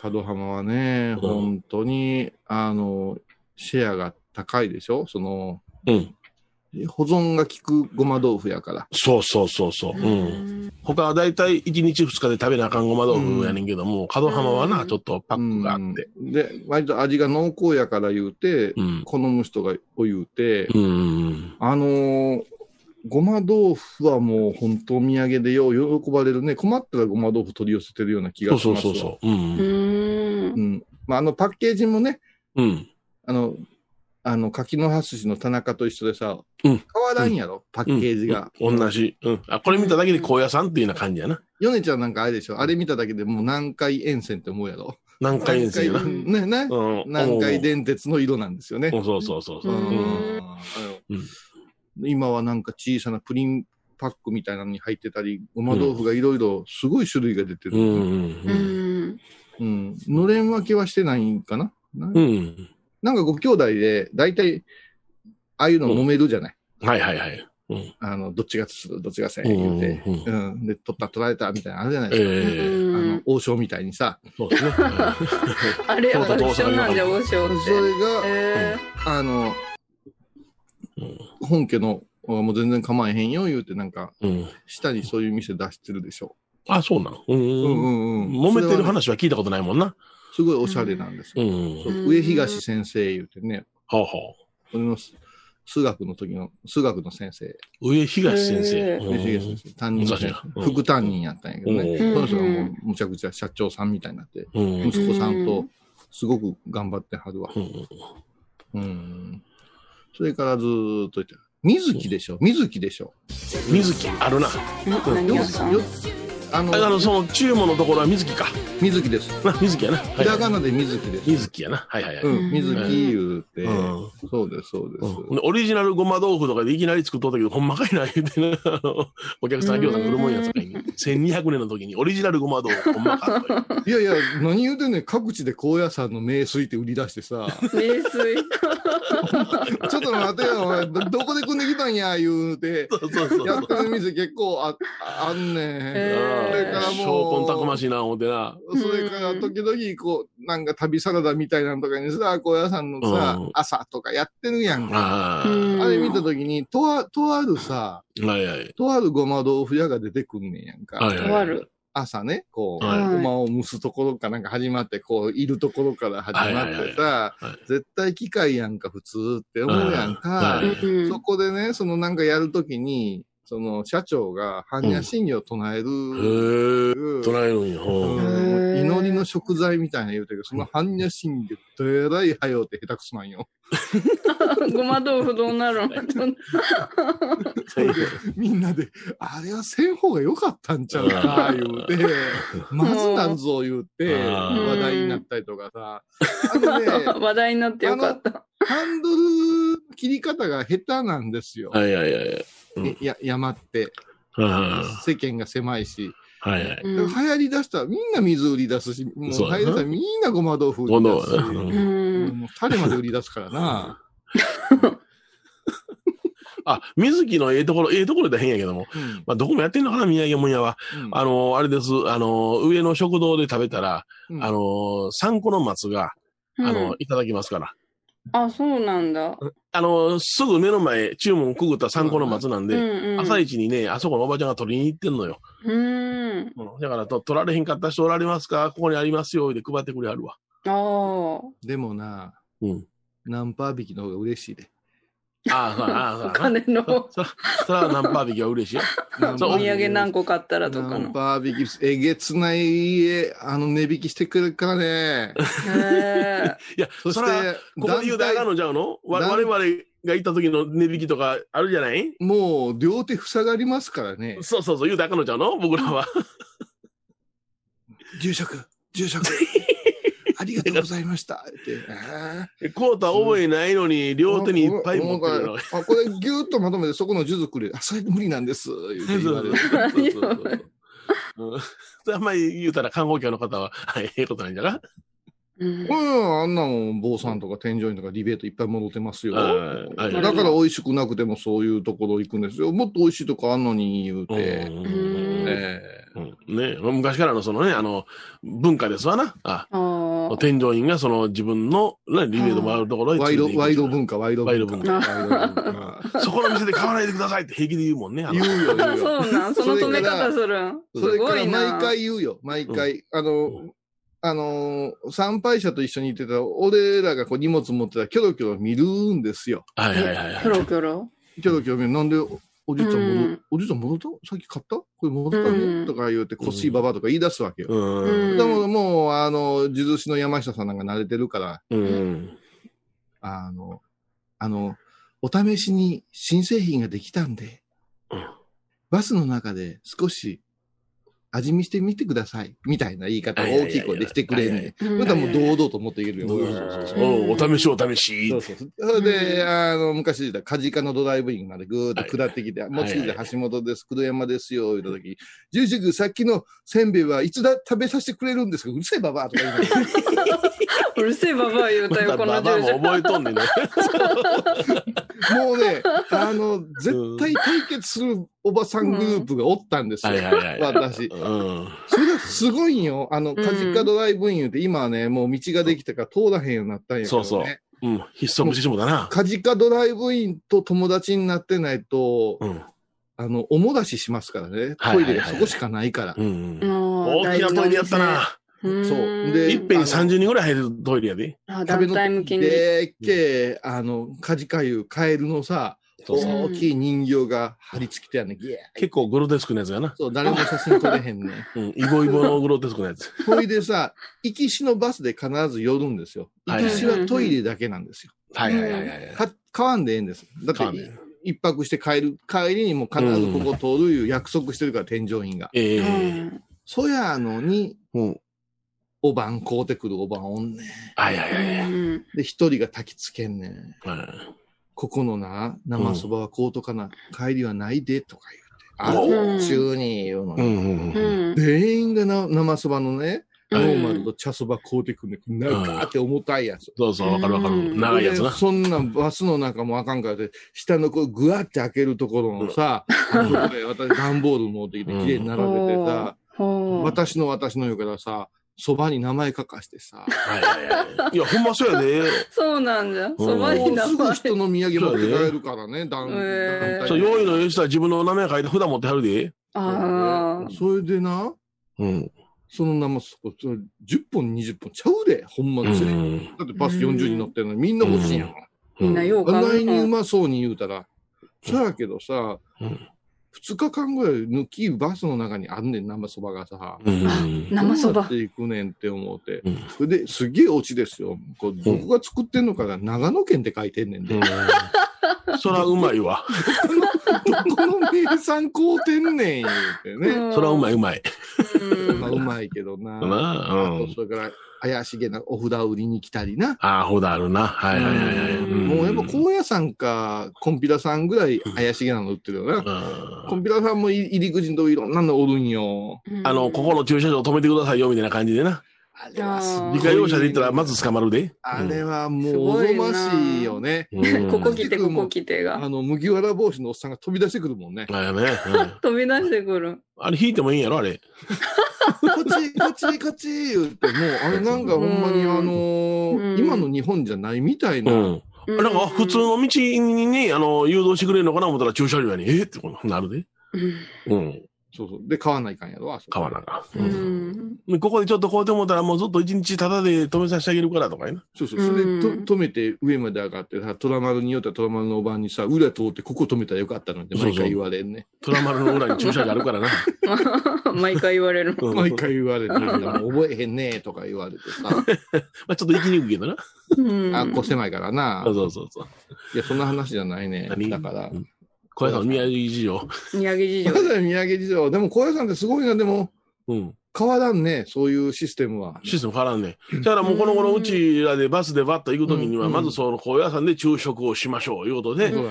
Speaker 4: 角浜はね、
Speaker 3: うん
Speaker 4: 本当に、あの、シェアが高いでしょその、
Speaker 3: うん
Speaker 4: 保存が効くごま豆腐やから。
Speaker 3: そうそうそうそう。うん他はだいたい1日2日で食べなあかんごま豆腐やねんけども角浜はなちょっとパックがあって。
Speaker 4: うんで、割と味が濃厚やから言うて、
Speaker 3: うん
Speaker 4: 好む人がを言うて、
Speaker 3: うんうん
Speaker 4: あのーごま豆腐はもう本当お土産でよう喜ばれるね。困ったらごま豆腐取り寄せてるような気
Speaker 3: そ
Speaker 4: が
Speaker 3: う
Speaker 4: し
Speaker 3: そう
Speaker 4: ます
Speaker 3: そう
Speaker 4: う
Speaker 3: そう。うん
Speaker 2: うん
Speaker 4: ん。まあ、あのパッケージもね、
Speaker 3: うん
Speaker 4: あの、あの、柿の葉筋の田中と一緒でさ、
Speaker 3: うん
Speaker 4: 変わらんやろ、パッケージが。
Speaker 3: うん同じ。うん。あ、これ見ただけで高野山っていうような感じやな。
Speaker 4: ヨネちゃんなんかあれでしょあれ見ただけでもう南海沿線って思うやろ
Speaker 3: 南海沿線やな。
Speaker 4: 南海ね、ね。
Speaker 3: うん
Speaker 4: 南海電鉄の色なんですよね
Speaker 3: う。んそうそうそうそうう。
Speaker 4: ん
Speaker 2: うん
Speaker 4: あの今はなんか小さなプリンパックみたいなのに入ってたり、ごま豆腐がいろいろすごい種類が出て
Speaker 3: うん
Speaker 4: る。
Speaker 2: うんうん
Speaker 4: うん。のれん分けはしてないかなな
Speaker 3: うん。うん。
Speaker 4: なんかご兄弟で、だいたい、ああいうの揉めるじゃない。
Speaker 3: はいはいはい。うん。
Speaker 4: あの、どっちがする、どっちがせん、
Speaker 3: うん
Speaker 4: 言うて。
Speaker 3: うんう
Speaker 4: うん。で、取った、取られた、みたいなのあるじゃない
Speaker 3: え
Speaker 4: です
Speaker 2: う
Speaker 4: か。
Speaker 3: え。
Speaker 4: あの
Speaker 2: ん、
Speaker 4: 王将みたいにさ。
Speaker 3: そうですね。
Speaker 2: あれやっぱ
Speaker 3: そう
Speaker 2: 一
Speaker 3: そう
Speaker 2: 緒なんじゃ
Speaker 3: そ
Speaker 2: 王将っ
Speaker 4: そ
Speaker 2: て
Speaker 4: れが、
Speaker 2: え
Speaker 4: あの、
Speaker 3: うん
Speaker 4: 本家の、もう全然構えへんよ、言うて、なんか、
Speaker 3: うん。
Speaker 4: 下にそういう店出してるでしょ。
Speaker 3: あ、そうなの。う。
Speaker 4: うんうんんうん。
Speaker 3: 揉めてる
Speaker 4: それはね
Speaker 3: 話は聞いたことないもんな。
Speaker 4: すごいおしゃれなんです
Speaker 3: う
Speaker 4: よ。
Speaker 3: ん。
Speaker 4: そう
Speaker 3: は
Speaker 2: ん
Speaker 4: 上東先生言うてね、
Speaker 3: あはあ。
Speaker 4: 俺のす数学の時の、数学の先生、
Speaker 3: 上東先生。
Speaker 2: へえ
Speaker 3: う
Speaker 4: 上東先
Speaker 3: ん
Speaker 4: 生、担任の
Speaker 3: 難
Speaker 4: 先
Speaker 3: しい
Speaker 4: 生、
Speaker 3: なうん
Speaker 4: 副担任やったんやけどね、
Speaker 3: うん
Speaker 4: その人がもうむちゃくちゃ社長さんみたいになって、
Speaker 3: うんうん
Speaker 4: 息子さん
Speaker 2: う
Speaker 4: と
Speaker 2: ん
Speaker 4: すごく頑張ってはるわ。
Speaker 3: うん。
Speaker 4: うん。それからずーっと言って、水木でしょ、水木でしょ。
Speaker 3: 水木あるな。
Speaker 2: ー何屋さん
Speaker 4: よ
Speaker 3: あ
Speaker 4: あ
Speaker 3: あの、
Speaker 4: の、
Speaker 3: その中門のところは水木か。
Speaker 4: 水木です。
Speaker 3: な、水木やな。は
Speaker 4: ひ
Speaker 3: い
Speaker 4: らがなで水木です。。
Speaker 3: 水木やな。はいはいはいう
Speaker 2: うん
Speaker 4: ん、水木言うて、
Speaker 3: うん
Speaker 4: そうです、そうです。
Speaker 3: うん、でオリジナルごま豆腐とかでいきなり作っとったけど、ほんまかいな、言うてな、あのお客さん、餃子来るもんやつかいに、1200年の時にオリジナルごま豆腐、ほんまか と。
Speaker 4: いやいや、何言うてんねん、各地で高野山の名水って売り出し てさ、
Speaker 2: 名水
Speaker 4: ちょっと待てよ、お前どどこで組んで きたんや、言うて、
Speaker 3: そうそうそう。
Speaker 4: やってる店結構ああんねん。
Speaker 2: へ
Speaker 4: それから
Speaker 3: 証拠たくましいな、思ってな。
Speaker 4: それから時々こう、なんか旅サラダみたいなのとかにさ、高野山のさ、
Speaker 3: うん
Speaker 4: 朝とかやってるやんか。
Speaker 3: は
Speaker 2: うん
Speaker 4: あれ見たときに、とあ、とあるさ、
Speaker 3: い。はいはい。
Speaker 4: とあるごま豆腐屋が出てくんねんやんか。
Speaker 3: はいはい。
Speaker 2: 終わる。
Speaker 4: 朝ね、こう、
Speaker 3: はい
Speaker 4: ごまを蒸すところかなんか始まって、こう、いるところから始まってさ、
Speaker 3: いはいはい
Speaker 4: 絶対機械やんか、普通って思うやんか。
Speaker 3: はいはい
Speaker 2: うん
Speaker 4: そこでね、そのなんかやるときに、その社長が般若心経を唱える、
Speaker 3: へー。
Speaker 4: うん
Speaker 3: 捉えるんや。ほう
Speaker 2: へー
Speaker 4: 祈りの食材みたいな言うてるけど、その般若心経、どえらいはよって下手くそなんよ。
Speaker 2: ごま豆腐どうなるん
Speaker 4: みんなで、あれはせん方が良かったんちゃうか、言うて、まずなんぞ言うて、
Speaker 3: うん
Speaker 4: 話題になったりとかさ。あとね、
Speaker 2: 話題になってよかった。
Speaker 4: ハンドル切り方が下手なんですよ。
Speaker 3: はいはいはい。うん
Speaker 4: えや山って、
Speaker 3: は
Speaker 4: 世間が狭いし。
Speaker 3: いはいはい。
Speaker 4: 流行り出したらみんな水売り出すし、もう流
Speaker 3: そうだな
Speaker 4: 行り出したらみんなごま豆腐売
Speaker 3: 今
Speaker 4: り
Speaker 3: 度
Speaker 4: 出すし
Speaker 3: は。ね。うん
Speaker 2: うん
Speaker 4: もうタレまで売り出すからな。
Speaker 3: あ、水木のええところ、ええところで変やけども。
Speaker 4: うん
Speaker 3: まあ、どこもやってんのかな、宮城もんやは。
Speaker 4: うん
Speaker 3: あの、あれです。あの、上の食堂で食べたら、
Speaker 4: うん
Speaker 3: あの、三個の松が、あの、いただきますから。
Speaker 2: あ、そうなんだ。
Speaker 3: あの、すぐ目の前、注文くぐった三個の松なん
Speaker 2: うん
Speaker 3: で、
Speaker 2: うん
Speaker 3: 朝一にね、あそこのおばちゃんが取りに行ってんのよ。
Speaker 2: うん。
Speaker 3: うんだからと、取られへんかった人おられますかここにありますよ。で配ってくれあるわ。
Speaker 2: ああ。
Speaker 4: でもな、
Speaker 3: うん。
Speaker 4: ナンパ引きの方が嬉しいで。
Speaker 3: ああ、そうやなああ、
Speaker 2: お
Speaker 3: そうやな
Speaker 2: 金の
Speaker 3: そら、そらナンパ引きは嬉しいよ。
Speaker 2: お土産何
Speaker 4: 個
Speaker 2: 個買ったらとか
Speaker 4: ナン
Speaker 2: の。
Speaker 4: パ引き、えげつない家、あの値引きしてくれるからね。
Speaker 2: へえ。
Speaker 3: いや、
Speaker 4: そ
Speaker 3: そ
Speaker 4: し
Speaker 3: ら、
Speaker 4: て、
Speaker 3: ここで言うたらあかんのちゃうのわ
Speaker 4: 団
Speaker 3: 我々が行った時の値引きとかあるじゃない
Speaker 4: もう両手塞がりますからね。
Speaker 3: そうそうそう、言うたらあかんのちゃうの僕ら は。
Speaker 4: 住職、住 職、ありがとうございました。って。あ
Speaker 3: こうとは覚えないのに、
Speaker 4: ー
Speaker 3: 両手にいっぱい持ってる
Speaker 4: も
Speaker 3: の。
Speaker 4: うあ、これギューッとまとめて、そこの数珠くれ。あ、それ無理なんです。言うて言われる。
Speaker 3: そうそうそううんそれあんまり言うたら観光客の方は、はいええことないんじゃな
Speaker 2: うん
Speaker 4: うん、あんなもん、坊さんとか添乗員とかリベートいっぱい戻ってますよ。
Speaker 3: はいはい
Speaker 4: だから美味しくなくてもそういうところ行くんですよ。もっと美味しいとこあんのに言うて。
Speaker 3: うん
Speaker 2: うん
Speaker 4: え
Speaker 3: うんね昔からのそのね、あの、文化ですわな。あ
Speaker 2: ああ。
Speaker 3: 添乗員がその自分の、ね、リベートもらうところ
Speaker 4: え
Speaker 3: へ
Speaker 4: ワイ
Speaker 3: 連れて行
Speaker 4: ド、
Speaker 3: く
Speaker 4: ワイド文化、ワイド文化。
Speaker 2: ワ
Speaker 4: ワイド文化
Speaker 3: そこの店で買わないでくださいって平気で言うもんね。あの
Speaker 4: 言うよ、言うよ。
Speaker 2: そうなん。その止め方するん。
Speaker 4: それ
Speaker 2: す
Speaker 4: か
Speaker 2: ご
Speaker 4: ら
Speaker 2: いな
Speaker 4: 毎。回言うよ、毎回。あ
Speaker 3: う
Speaker 4: の、あのー、参拝者と一緒に行ってたら、俺らがこう荷物持ってたら、キョロキョロ見るんですよ。
Speaker 3: はいはいはい
Speaker 2: キョ
Speaker 3: はい。
Speaker 2: ロキョロ。
Speaker 4: キョロキョロ見る。なんで、おおじいちゃん戻、
Speaker 2: うん
Speaker 4: おじいちゃん戻ったさっき買ったこれ戻ったね、
Speaker 2: うん
Speaker 4: とか言うて、こっしいばばとか言い出すわけよ。
Speaker 3: うん。
Speaker 2: ん
Speaker 4: でも、もう、あの、地主の山下さんなんか慣れてるから、
Speaker 3: うん。
Speaker 4: あの、あの、お試しに新製品ができたんで、
Speaker 3: うん
Speaker 4: バスの中で少し味見してみてください、みたいな言い方を大きい声でしてくれん
Speaker 3: はいはいはいは
Speaker 4: ね
Speaker 3: い。
Speaker 2: う
Speaker 4: そ
Speaker 2: ん
Speaker 4: れともう堂々と持っていけるよ。
Speaker 3: そうそうそうおうお試しお試し。
Speaker 4: そうそうそうそれで、あの、昔言ったカジカのドライブインまでぐーっと下ってきて、もう次で橋本です、黒山ですよ、言った時、住職、さっきのせんべいはいつだ食べさせてくれるんですかうるせえばばとか言いながら
Speaker 2: うるせえばばあ言うたよ、こ
Speaker 3: ま
Speaker 2: の
Speaker 3: あまあ
Speaker 2: 住所。
Speaker 3: もう覚えとんねんね。
Speaker 4: も うね、あの、絶対対決するおばさんグループがおったんですよ。
Speaker 3: はいはいはい。
Speaker 4: 私。
Speaker 3: うん。
Speaker 4: それがすごいんよ。あの、カジカドライブインって今はね、もう道ができたから通らへんようになったんやけど、ね。
Speaker 3: そうそううん。必足してしもだな。
Speaker 4: カジカドライブインと友達になってないと、
Speaker 3: うん。
Speaker 4: あの、おもだししますから
Speaker 3: は
Speaker 4: ね。
Speaker 3: い
Speaker 4: ト
Speaker 3: はいはい
Speaker 4: イレがそこしかないから。
Speaker 3: うん
Speaker 2: う。ん
Speaker 3: 大きな声でやった。な。
Speaker 4: そう
Speaker 2: で
Speaker 4: で
Speaker 3: いっぺんに30人ぐらい入るトイレやで。
Speaker 2: あ、
Speaker 4: 壁
Speaker 2: 団
Speaker 4: の
Speaker 2: 体向きに。
Speaker 4: でっけえ、あの、カジカユカエルのさ、
Speaker 3: そうそう
Speaker 4: 大きい人形が貼り付きてやんね。ギャー
Speaker 3: 結構グロテスクなやつやな。
Speaker 4: そう、誰も写真撮れへんね。
Speaker 3: うん。イボイボのグロテスクなやつ。
Speaker 4: ほいでさ、 行きしのバスで必ず寄るんですよ。
Speaker 3: は
Speaker 4: 行
Speaker 3: い
Speaker 4: きしはトイレだけなんですよ。
Speaker 3: はいはいはいはい。
Speaker 4: か買わんでええんです。だ
Speaker 3: か
Speaker 4: っ
Speaker 3: ん
Speaker 4: て
Speaker 3: ね、
Speaker 4: 一泊して帰る、帰りにも必ずここ通るいう約束してるから、添乗員が。
Speaker 3: ええ
Speaker 2: うん
Speaker 4: そやのに、
Speaker 3: うん。
Speaker 4: おばん買うてくるおばんおんねん。
Speaker 3: はいはいはいはい。
Speaker 2: うん
Speaker 4: で、一人が焚きつけんね
Speaker 3: う
Speaker 4: ん。
Speaker 3: ん
Speaker 4: ここのな、生そばは買うとかな、帰りはないで、とか言うて。
Speaker 3: うん
Speaker 4: あ、中に言うの
Speaker 3: う
Speaker 4: に。
Speaker 3: んうん
Speaker 2: う
Speaker 3: うん。
Speaker 2: ん
Speaker 4: 全員がな生そばのね、
Speaker 2: う
Speaker 4: ノ
Speaker 2: ん
Speaker 4: ーマルと茶そば買うてくんねん。なんかって重たいやつ。
Speaker 3: そうそう、わかるわかる。長いやつ
Speaker 4: で
Speaker 3: な。
Speaker 4: そんなんバスの中もあかんからで、下のこうグワって開けるところのさ、あのこれ私段ボール持ってきて綺麗に並べてさ、
Speaker 2: ほ
Speaker 4: 私の私のよからさ、そばに名前書かしてさ、
Speaker 3: はいはいはい。いや、ほんまそうやで。
Speaker 2: そうなんじゃ。そば
Speaker 4: も
Speaker 2: に
Speaker 4: う
Speaker 2: 名
Speaker 4: すぐ
Speaker 2: 前。
Speaker 4: 人の土産持って帰るからね、団
Speaker 2: へー
Speaker 4: 団
Speaker 3: そう、
Speaker 4: 体
Speaker 3: 用意の吉田は自分の名前書いて札持ってはるで。
Speaker 2: ああ。
Speaker 4: それでな、
Speaker 3: うん。
Speaker 4: その名前、そこ、それ10本、20本ちゃうで、ほんま
Speaker 3: う
Speaker 4: のせい。だ
Speaker 3: ん。
Speaker 4: ってバス40人乗ってるのにみんな欲しいやん。
Speaker 2: みんなよう
Speaker 4: あ
Speaker 2: 考
Speaker 4: んな
Speaker 2: え
Speaker 4: に
Speaker 2: た
Speaker 4: うまそうに言うたら、そやけどさ、
Speaker 3: うん
Speaker 4: 2日間ぐらい抜きバスの中にあんねん、生そばがさ。
Speaker 3: うん。
Speaker 2: 生そ
Speaker 4: どう
Speaker 2: ば
Speaker 4: やっ。ていくねんって思って
Speaker 3: うん。
Speaker 4: それで、すげえオチですよ。こうどこが作ってんのかが長野県って書いてんねんで。
Speaker 3: うんそらうまいわ。
Speaker 4: どこの名産買うてんねん言うてね。
Speaker 3: そらうまいうまい。
Speaker 2: うん
Speaker 4: まあ、うまいけど
Speaker 3: な
Speaker 4: な。
Speaker 3: あうん
Speaker 4: あとそれから、怪しげなお札売りに来たりな。
Speaker 3: ああ、ほどあるな。はいはいはいはい。ん
Speaker 4: もうやっぱ高野山か、コンピラさんぐらい怪しげなの売ってるよな。コンピラさんも入り口のとこいろんなのおるんよ。
Speaker 3: あの、ここの駐車場止めてくださいよ、みたいな感じでな。
Speaker 4: あれはすごい
Speaker 3: 自家用車で行ったら、まず捕まるで。
Speaker 4: あれはも
Speaker 2: す
Speaker 4: う、お
Speaker 2: ご
Speaker 4: ぞ
Speaker 2: いな
Speaker 4: ましいよね。
Speaker 3: うん
Speaker 2: ここ来て、ここ来て
Speaker 4: あ
Speaker 2: が。
Speaker 4: の、麦わら帽子のおっさんが飛び出してくるも んね。
Speaker 3: あれね。うん
Speaker 2: 飛び出してくる。
Speaker 3: あれ引いてもいいんやろ、あれ。
Speaker 4: こっち、こっち、こっち言うて、もう、あれなんかほんまに
Speaker 2: う
Speaker 4: あ
Speaker 2: ん
Speaker 4: のー
Speaker 2: うん
Speaker 4: 今の日本じゃないみたいうな。
Speaker 3: ん。なんか、普通の道にね、あの、誘導してくれるのかな思ったら駐車場やに、えってこうなるで。うん。
Speaker 4: そうそう。で、買わないかんやろ、あそこ
Speaker 3: 買わなあかん
Speaker 2: う。
Speaker 3: うん
Speaker 2: うんん。
Speaker 3: でここでちょっとこうて思ったら、もうずっと一日タダで止めさせてあげるからとかやな。
Speaker 4: そうそう。それで、
Speaker 2: うん
Speaker 4: と止めて上まで上がってさ、虎丸によっては虎丸のおばんにさ、裏通ってここ止めたらよかったのにって毎回言われんね。
Speaker 3: 虎丸の裏に駐車場あるから な。
Speaker 2: 毎回言われる。
Speaker 3: うん
Speaker 4: 毎回言わ れて、もう覚えへんねとか言われてさ、
Speaker 3: まあちょっと行きにくいけどな。
Speaker 2: うん
Speaker 4: あっこ狭いからな
Speaker 3: そ。うそうそうそう。
Speaker 4: いや、そんな話じゃないね。
Speaker 3: 何
Speaker 4: だから
Speaker 3: う。ん小屋さん、宮城事情。
Speaker 2: 宮城事情
Speaker 4: ま。だ宮城事情。でも、高野山ってすごいな。でも、
Speaker 3: うん。
Speaker 4: 変わらんね。そういうシステムは。
Speaker 3: システム変わらんね。だからもうこの頃、うちらでバスでバッと行くときには、
Speaker 4: うん
Speaker 3: まずその小屋さんで昼食をしましょう、いうことで
Speaker 4: そ。う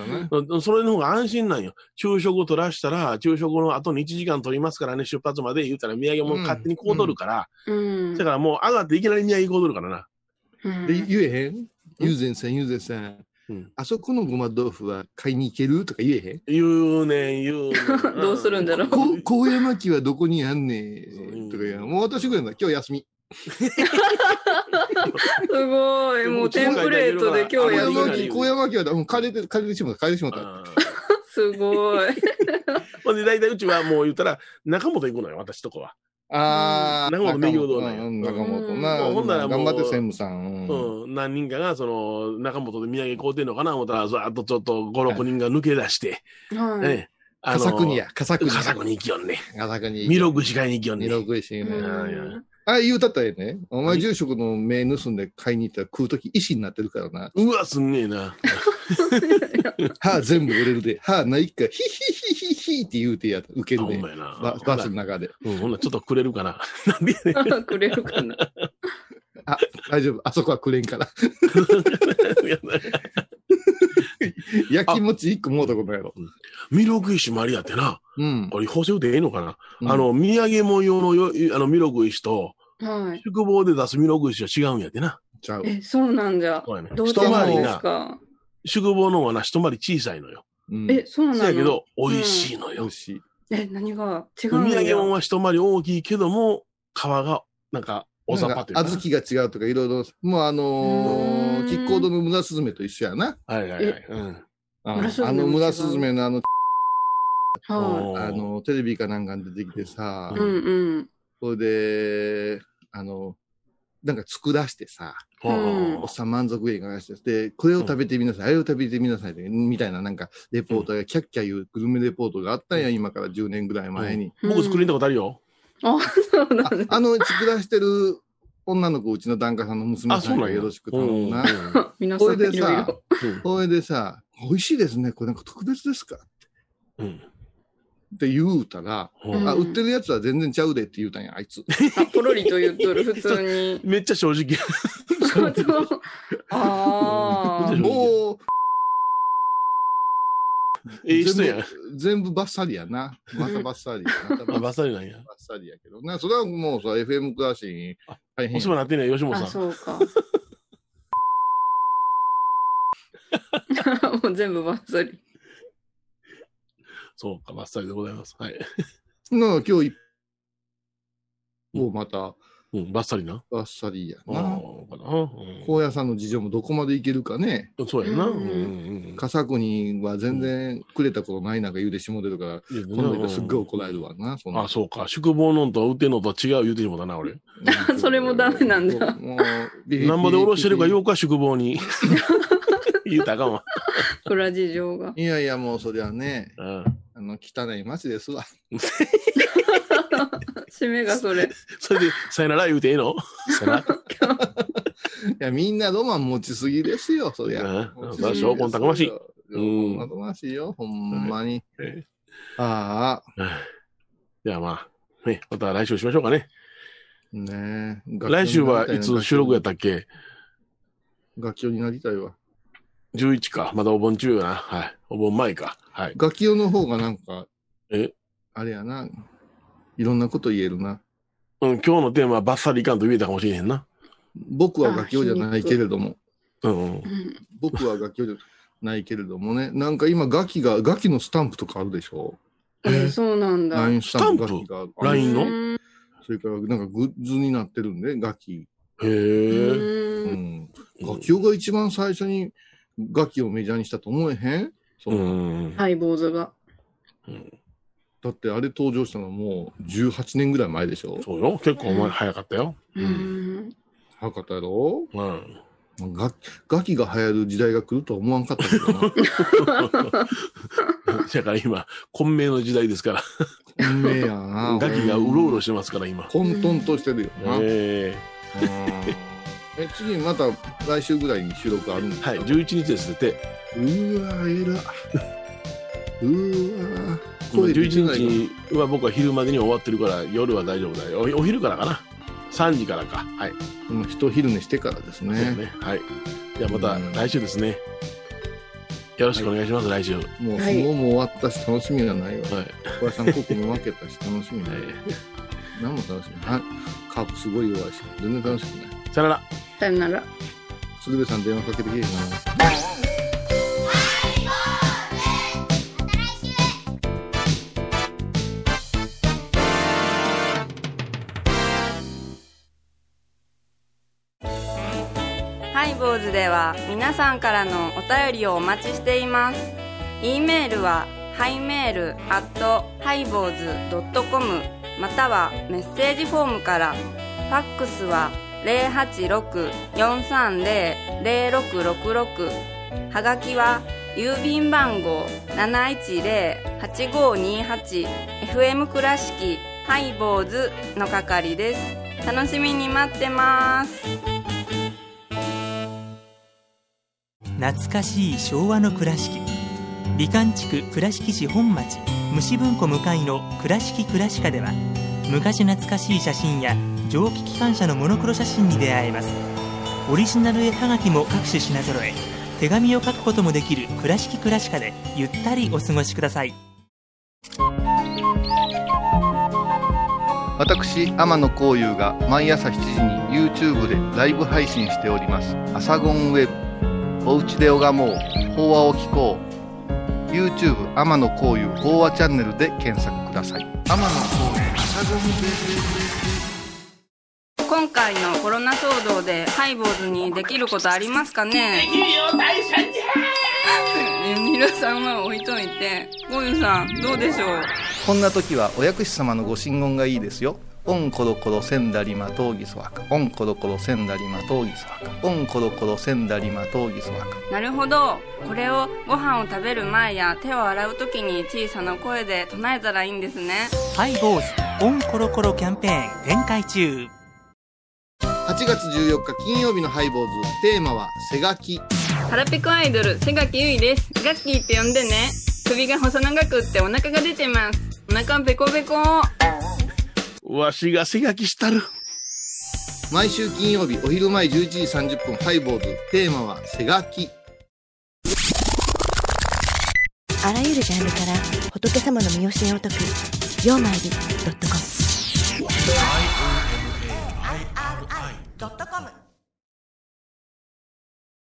Speaker 4: だね。
Speaker 3: それの方が安心なんよ。昼食を取らしたら、昼食の後に1時間取りますからね、出発まで言うたら、土産も勝手にこう取るから、
Speaker 2: うん
Speaker 3: だ。からもう上がっていきなり土産こう取るからな。
Speaker 2: うん
Speaker 4: で、言えへん友禅さん、友禅さん
Speaker 3: うん。
Speaker 4: あそこのごま豆腐は買いに行けるとか言えへん
Speaker 3: 言うねん、言うねん。
Speaker 2: どうするんだろう
Speaker 4: こ高野巻はどこにあんね
Speaker 3: うん
Speaker 4: んとか言うのもう私ぐらいだ。今日休み。
Speaker 2: すごい。もうテンプレートで今
Speaker 3: そう
Speaker 2: 日
Speaker 4: 高
Speaker 2: や
Speaker 4: 野
Speaker 2: る
Speaker 3: 山木
Speaker 4: 巻、高野巻はだもう帰れて、帰れてしまった、帰れてしまった。
Speaker 2: すごい。
Speaker 3: ほんで、大体うちはもう言ったら、中本行くのよ、私とこは。
Speaker 4: あー、
Speaker 3: 中本名誉堂なんや
Speaker 4: うん中本
Speaker 3: う
Speaker 4: な。
Speaker 3: んほんならもう
Speaker 4: 頑張って、専務さん。うん
Speaker 3: うん。何人かが、その、中本で土産買うてんのかな思ったら、ざーっとちょっと5、6人が抜け出して、
Speaker 2: はい。
Speaker 3: ね。あ
Speaker 4: カ
Speaker 3: の
Speaker 4: サクニや、カサクニ。
Speaker 3: 笠子に行きよんね。
Speaker 4: カサクニ。
Speaker 3: ミログシ買いに行きよんね
Speaker 4: ミ。ログイシ
Speaker 2: う
Speaker 4: ね。
Speaker 2: ん
Speaker 4: ああ言うたったらええね。お
Speaker 3: は
Speaker 4: 前
Speaker 3: い
Speaker 4: 住職の名盗んで買いに行ったら食うとき石になってるからな。
Speaker 3: うわ、すんねえな。
Speaker 4: 歯全部売れるで、歯ないっか、ヒヒヒヒヒって言うてやった。受け
Speaker 3: ほ
Speaker 4: る
Speaker 3: ん
Speaker 4: で
Speaker 3: ま。やな。
Speaker 4: ババスの中で。
Speaker 3: うん、ほんならちょっとくれるかな。 なんでやねん
Speaker 2: くれるかな。
Speaker 4: あ、大丈夫。あそこはくれんから。焼き餅一個もうとこのやろ。
Speaker 3: ミログイシマリアってな、
Speaker 4: うん。
Speaker 3: これ補正でええのかな、
Speaker 4: うん
Speaker 3: あ、の、土産物用のよあのミログイシと、
Speaker 2: はい。
Speaker 3: 宿坊で出すミログイシは違うんやってな。
Speaker 4: ちゃう。
Speaker 2: え、そうなんじゃ。
Speaker 3: そうやね。
Speaker 2: どう
Speaker 3: 一
Speaker 2: 違
Speaker 3: 回
Speaker 2: う
Speaker 3: り
Speaker 2: んです
Speaker 3: な、
Speaker 2: か。
Speaker 3: 宿坊のはな、一回り小さいのよ。
Speaker 4: うん
Speaker 2: え、、そうな
Speaker 3: そ
Speaker 2: の
Speaker 3: やけど、美味しいの
Speaker 4: 美
Speaker 3: よ
Speaker 4: 味。しい。
Speaker 2: え、何が違
Speaker 3: 土
Speaker 2: うんだ
Speaker 3: 産物は一回り大きいけども、皮が、なんか、おざ
Speaker 4: な
Speaker 3: ぱ
Speaker 4: ん
Speaker 3: と
Speaker 4: か
Speaker 3: いうかな。
Speaker 4: 小豆が違うとかいろいろ、もうあの
Speaker 2: うーん
Speaker 4: ー、キッコードのムラスズメと一緒やな。
Speaker 3: はいはいはい。うん。
Speaker 4: あ
Speaker 2: 村スズメも違う
Speaker 4: あのムラスズメのあの、
Speaker 2: は
Speaker 3: おー
Speaker 4: あ、の、テレビかなんかに出てきてさ
Speaker 2: い。、うん
Speaker 4: それで、あの、なんか作らしてさ、
Speaker 2: うん
Speaker 4: おっさん満足げに話して、で、これを食べてみなさい、あれを食べてみなさいで、みたいななんか、レポートが、キャッキャ言うグルメレポートがあったんや、今から10年ぐらい前に。
Speaker 2: うん。
Speaker 3: 僕作りに行ったことあるよ。
Speaker 2: そうな
Speaker 4: あ
Speaker 2: んだ。
Speaker 4: あの、作らしてる女の子、うちの檀家さんの娘
Speaker 3: あ、
Speaker 4: さ
Speaker 3: そうんなん
Speaker 4: が
Speaker 3: や。
Speaker 4: よろしく頼む
Speaker 3: う
Speaker 4: な。
Speaker 3: ん
Speaker 2: 皆さ
Speaker 4: そ
Speaker 2: ん
Speaker 4: れ
Speaker 2: いろ
Speaker 4: で
Speaker 2: いろ
Speaker 4: さ。、それでさ、美味しいですね、これなんか特別ですかっ
Speaker 3: うん。
Speaker 4: て言うたら、
Speaker 3: うん
Speaker 4: あ、
Speaker 2: うん
Speaker 4: 売ってるやつは全然ちゃうでって言うたんや、あ いつ。
Speaker 2: あポロリと言っとる、普通 に。
Speaker 3: めっちゃ正直。
Speaker 2: そうああ。
Speaker 4: もう、
Speaker 3: ええ人やん。
Speaker 4: 全部バッサリやな。またバッサリ。また
Speaker 3: あ、 バッサリなんや。
Speaker 4: バッサリやけどな。それはもうさ、FM クラシに大変
Speaker 3: お
Speaker 4: や
Speaker 3: 世話になってんねや吉本
Speaker 2: あ、
Speaker 3: さん。
Speaker 2: そうか。 もう全部バッサリ。
Speaker 3: そうか、バッサリでございます。はい。
Speaker 4: の今日い構また
Speaker 3: うん、バッサリな。
Speaker 4: あっさりや
Speaker 3: ああ、
Speaker 4: な。
Speaker 3: かな。うん
Speaker 4: 高野さんの事情もどこまでいけるかね。
Speaker 3: そうやな。
Speaker 2: うん
Speaker 3: うんうん
Speaker 4: 笠国は全然くれたことないなんか言うてしもてるから、
Speaker 3: うん。
Speaker 4: この人すっごい怒られるわな、そんな
Speaker 3: あ、そうか。宿坊のんと打てんのとは違う言うてしもたな、俺。
Speaker 4: うん
Speaker 2: それもダメなんだ
Speaker 4: もう、
Speaker 3: なんぼで下ろしてるか
Speaker 4: よ
Speaker 3: ようか、宿坊 に。言うたらあかんわ。
Speaker 2: 裏事情が。
Speaker 4: いやいや、もうそりゃね、
Speaker 3: うん。
Speaker 4: あの、汚い街ですわ。
Speaker 2: 締めがそれ。
Speaker 3: それで、さよなら言うてええのさよなら。
Speaker 4: いや、みんなロマン持ちすぎですよ、そりゃ。
Speaker 3: うん
Speaker 4: 持ちすぎ
Speaker 3: そ
Speaker 4: です
Speaker 3: り
Speaker 4: よ
Speaker 3: ゃ証拠たくましい
Speaker 4: 証拠たくましいよ、ほんまに
Speaker 3: はい。
Speaker 4: ああ、
Speaker 3: じゃあまあ、ね、また来週しましょうかね。
Speaker 4: ねえ。
Speaker 3: 来週はいつ収録やったっけ
Speaker 4: 楽器用になりたいわ。
Speaker 3: ?11 か。まだお盆中やな。はい。お盆前か。はい。
Speaker 4: 楽器用の方がなんか、
Speaker 3: え
Speaker 4: あれやな。いろんなこと言えるな。
Speaker 3: うん、今日のテーマはバッサリいかんと言えたかもしれへんな。
Speaker 4: 僕は楽器用じゃないけれど も、
Speaker 3: うんうん。
Speaker 4: 僕は楽器用じゃないけれどもね、なんか今、楽器が、楽器のスタンプとかあるでしょ
Speaker 2: えーそうなんだ。
Speaker 4: ラインスタンプ、
Speaker 3: スタン
Speaker 4: 楽
Speaker 3: プ
Speaker 4: 器がある。
Speaker 3: ラインの
Speaker 2: の
Speaker 4: それから、なんかグッズになってるんで、楽器。
Speaker 3: へえ。
Speaker 4: う。
Speaker 2: うん
Speaker 4: 楽器用が一番最初に楽器をメジャーにしたと思えへんそ
Speaker 3: うん
Speaker 4: う
Speaker 3: うん
Speaker 2: ん。はい、坊主が。
Speaker 3: うん。
Speaker 4: だってあれ登場したのはもう18年ぐらい前でしょ
Speaker 3: そうよ。結構お前早かったよ。
Speaker 2: う。ん。
Speaker 4: 博多やろ
Speaker 3: うん。
Speaker 4: 楽楽器が流行る時代が来るとは思わんかったけどな。
Speaker 3: だから今、混迷の時代ですから、
Speaker 4: 運命やな。
Speaker 3: ガキがうろうろしてますから、今。
Speaker 4: 混沌としてるよな。
Speaker 3: え
Speaker 4: うんえ次また来週ぐらいに収録あるんで
Speaker 3: え
Speaker 4: すか
Speaker 3: はい、11日ですって。
Speaker 4: うーわ偉い。うーわ
Speaker 3: 今
Speaker 4: 出てないか
Speaker 3: 11日は僕は昼までに終わってるから、夜は大丈夫だよ。おお昼からかな。3時からか。はい。
Speaker 4: もう一昼寝してからで
Speaker 3: そ
Speaker 4: す
Speaker 3: うです
Speaker 4: ね。
Speaker 3: ねはい。じゃあまた来週ですね。よろしくお願いします、来週。はい。
Speaker 4: もう
Speaker 2: は
Speaker 4: 相
Speaker 2: い
Speaker 4: 撲も終わったし楽しみがないわ。小林さんここも負けたし楽しみない。何も楽しみない。カープすごい弱いし全然楽しくない。
Speaker 3: さよなら。
Speaker 2: さよなら。
Speaker 4: 鶴瓶さん電話かけてきていいかな。
Speaker 2: ハイボーズでは皆さんからのお便りをお待ちしています。e メールはハイメールアットハイボーズドットコムまたはメッセージフォームから。ファックスは086-430-0666はがきは郵便番号710-8528 FM 倉敷ハイボーズの係です。楽しみに待ってます。
Speaker 9: 懐かしい昭和の倉敷美観地区倉敷市本町虫文庫向かいの「倉敷倉歯科」では昔懐かしい写真や蒸気機関車のモノクロ写真に出会えますオリジナル絵はがきも各種品揃え手紙を書くこともできる「倉敷倉歯科」でゆったりお過ごしください
Speaker 10: 私天野幸雄が毎朝7時に YouTube でライブ配信しております「アサゴンウェブ」「おうちで拝もう法話を聞こう」YouTube 天野幸雄法話チャンネルで検索ください天野幸雄アサゴンウェブ
Speaker 2: 今回のコロナ騒動でハイボーズにできることありますかねえ皆さんは置いといてゴユさんどうでしょう
Speaker 10: こんな時はお薬師様のご神言がいいですよ。オンコロコロセンダリマトーギソワカ。オンコロコロセンダリマトーギソワカ。オンコロコロセンダリマトーギソワカ。
Speaker 2: なるほどこれをご飯を食べる前や手を洗う時に小さな声で唱えたらいいんですね
Speaker 9: ハイボーズオンコロコロキャンペーン展開中
Speaker 4: 8月14日金曜日のハイボーズテーマは「せがき
Speaker 2: ハラペコアイドル瀬垣結衣ですガッキーって呼んでね首が細長くってお腹が出てますお腹ペコペコ
Speaker 3: わしがせがきしたる。」
Speaker 4: 毎週金曜日お昼前11時30分ハイボーズテーマは「せがき
Speaker 11: あらゆるジャンルから仏様の身教えを解く「曜マイルドットコム」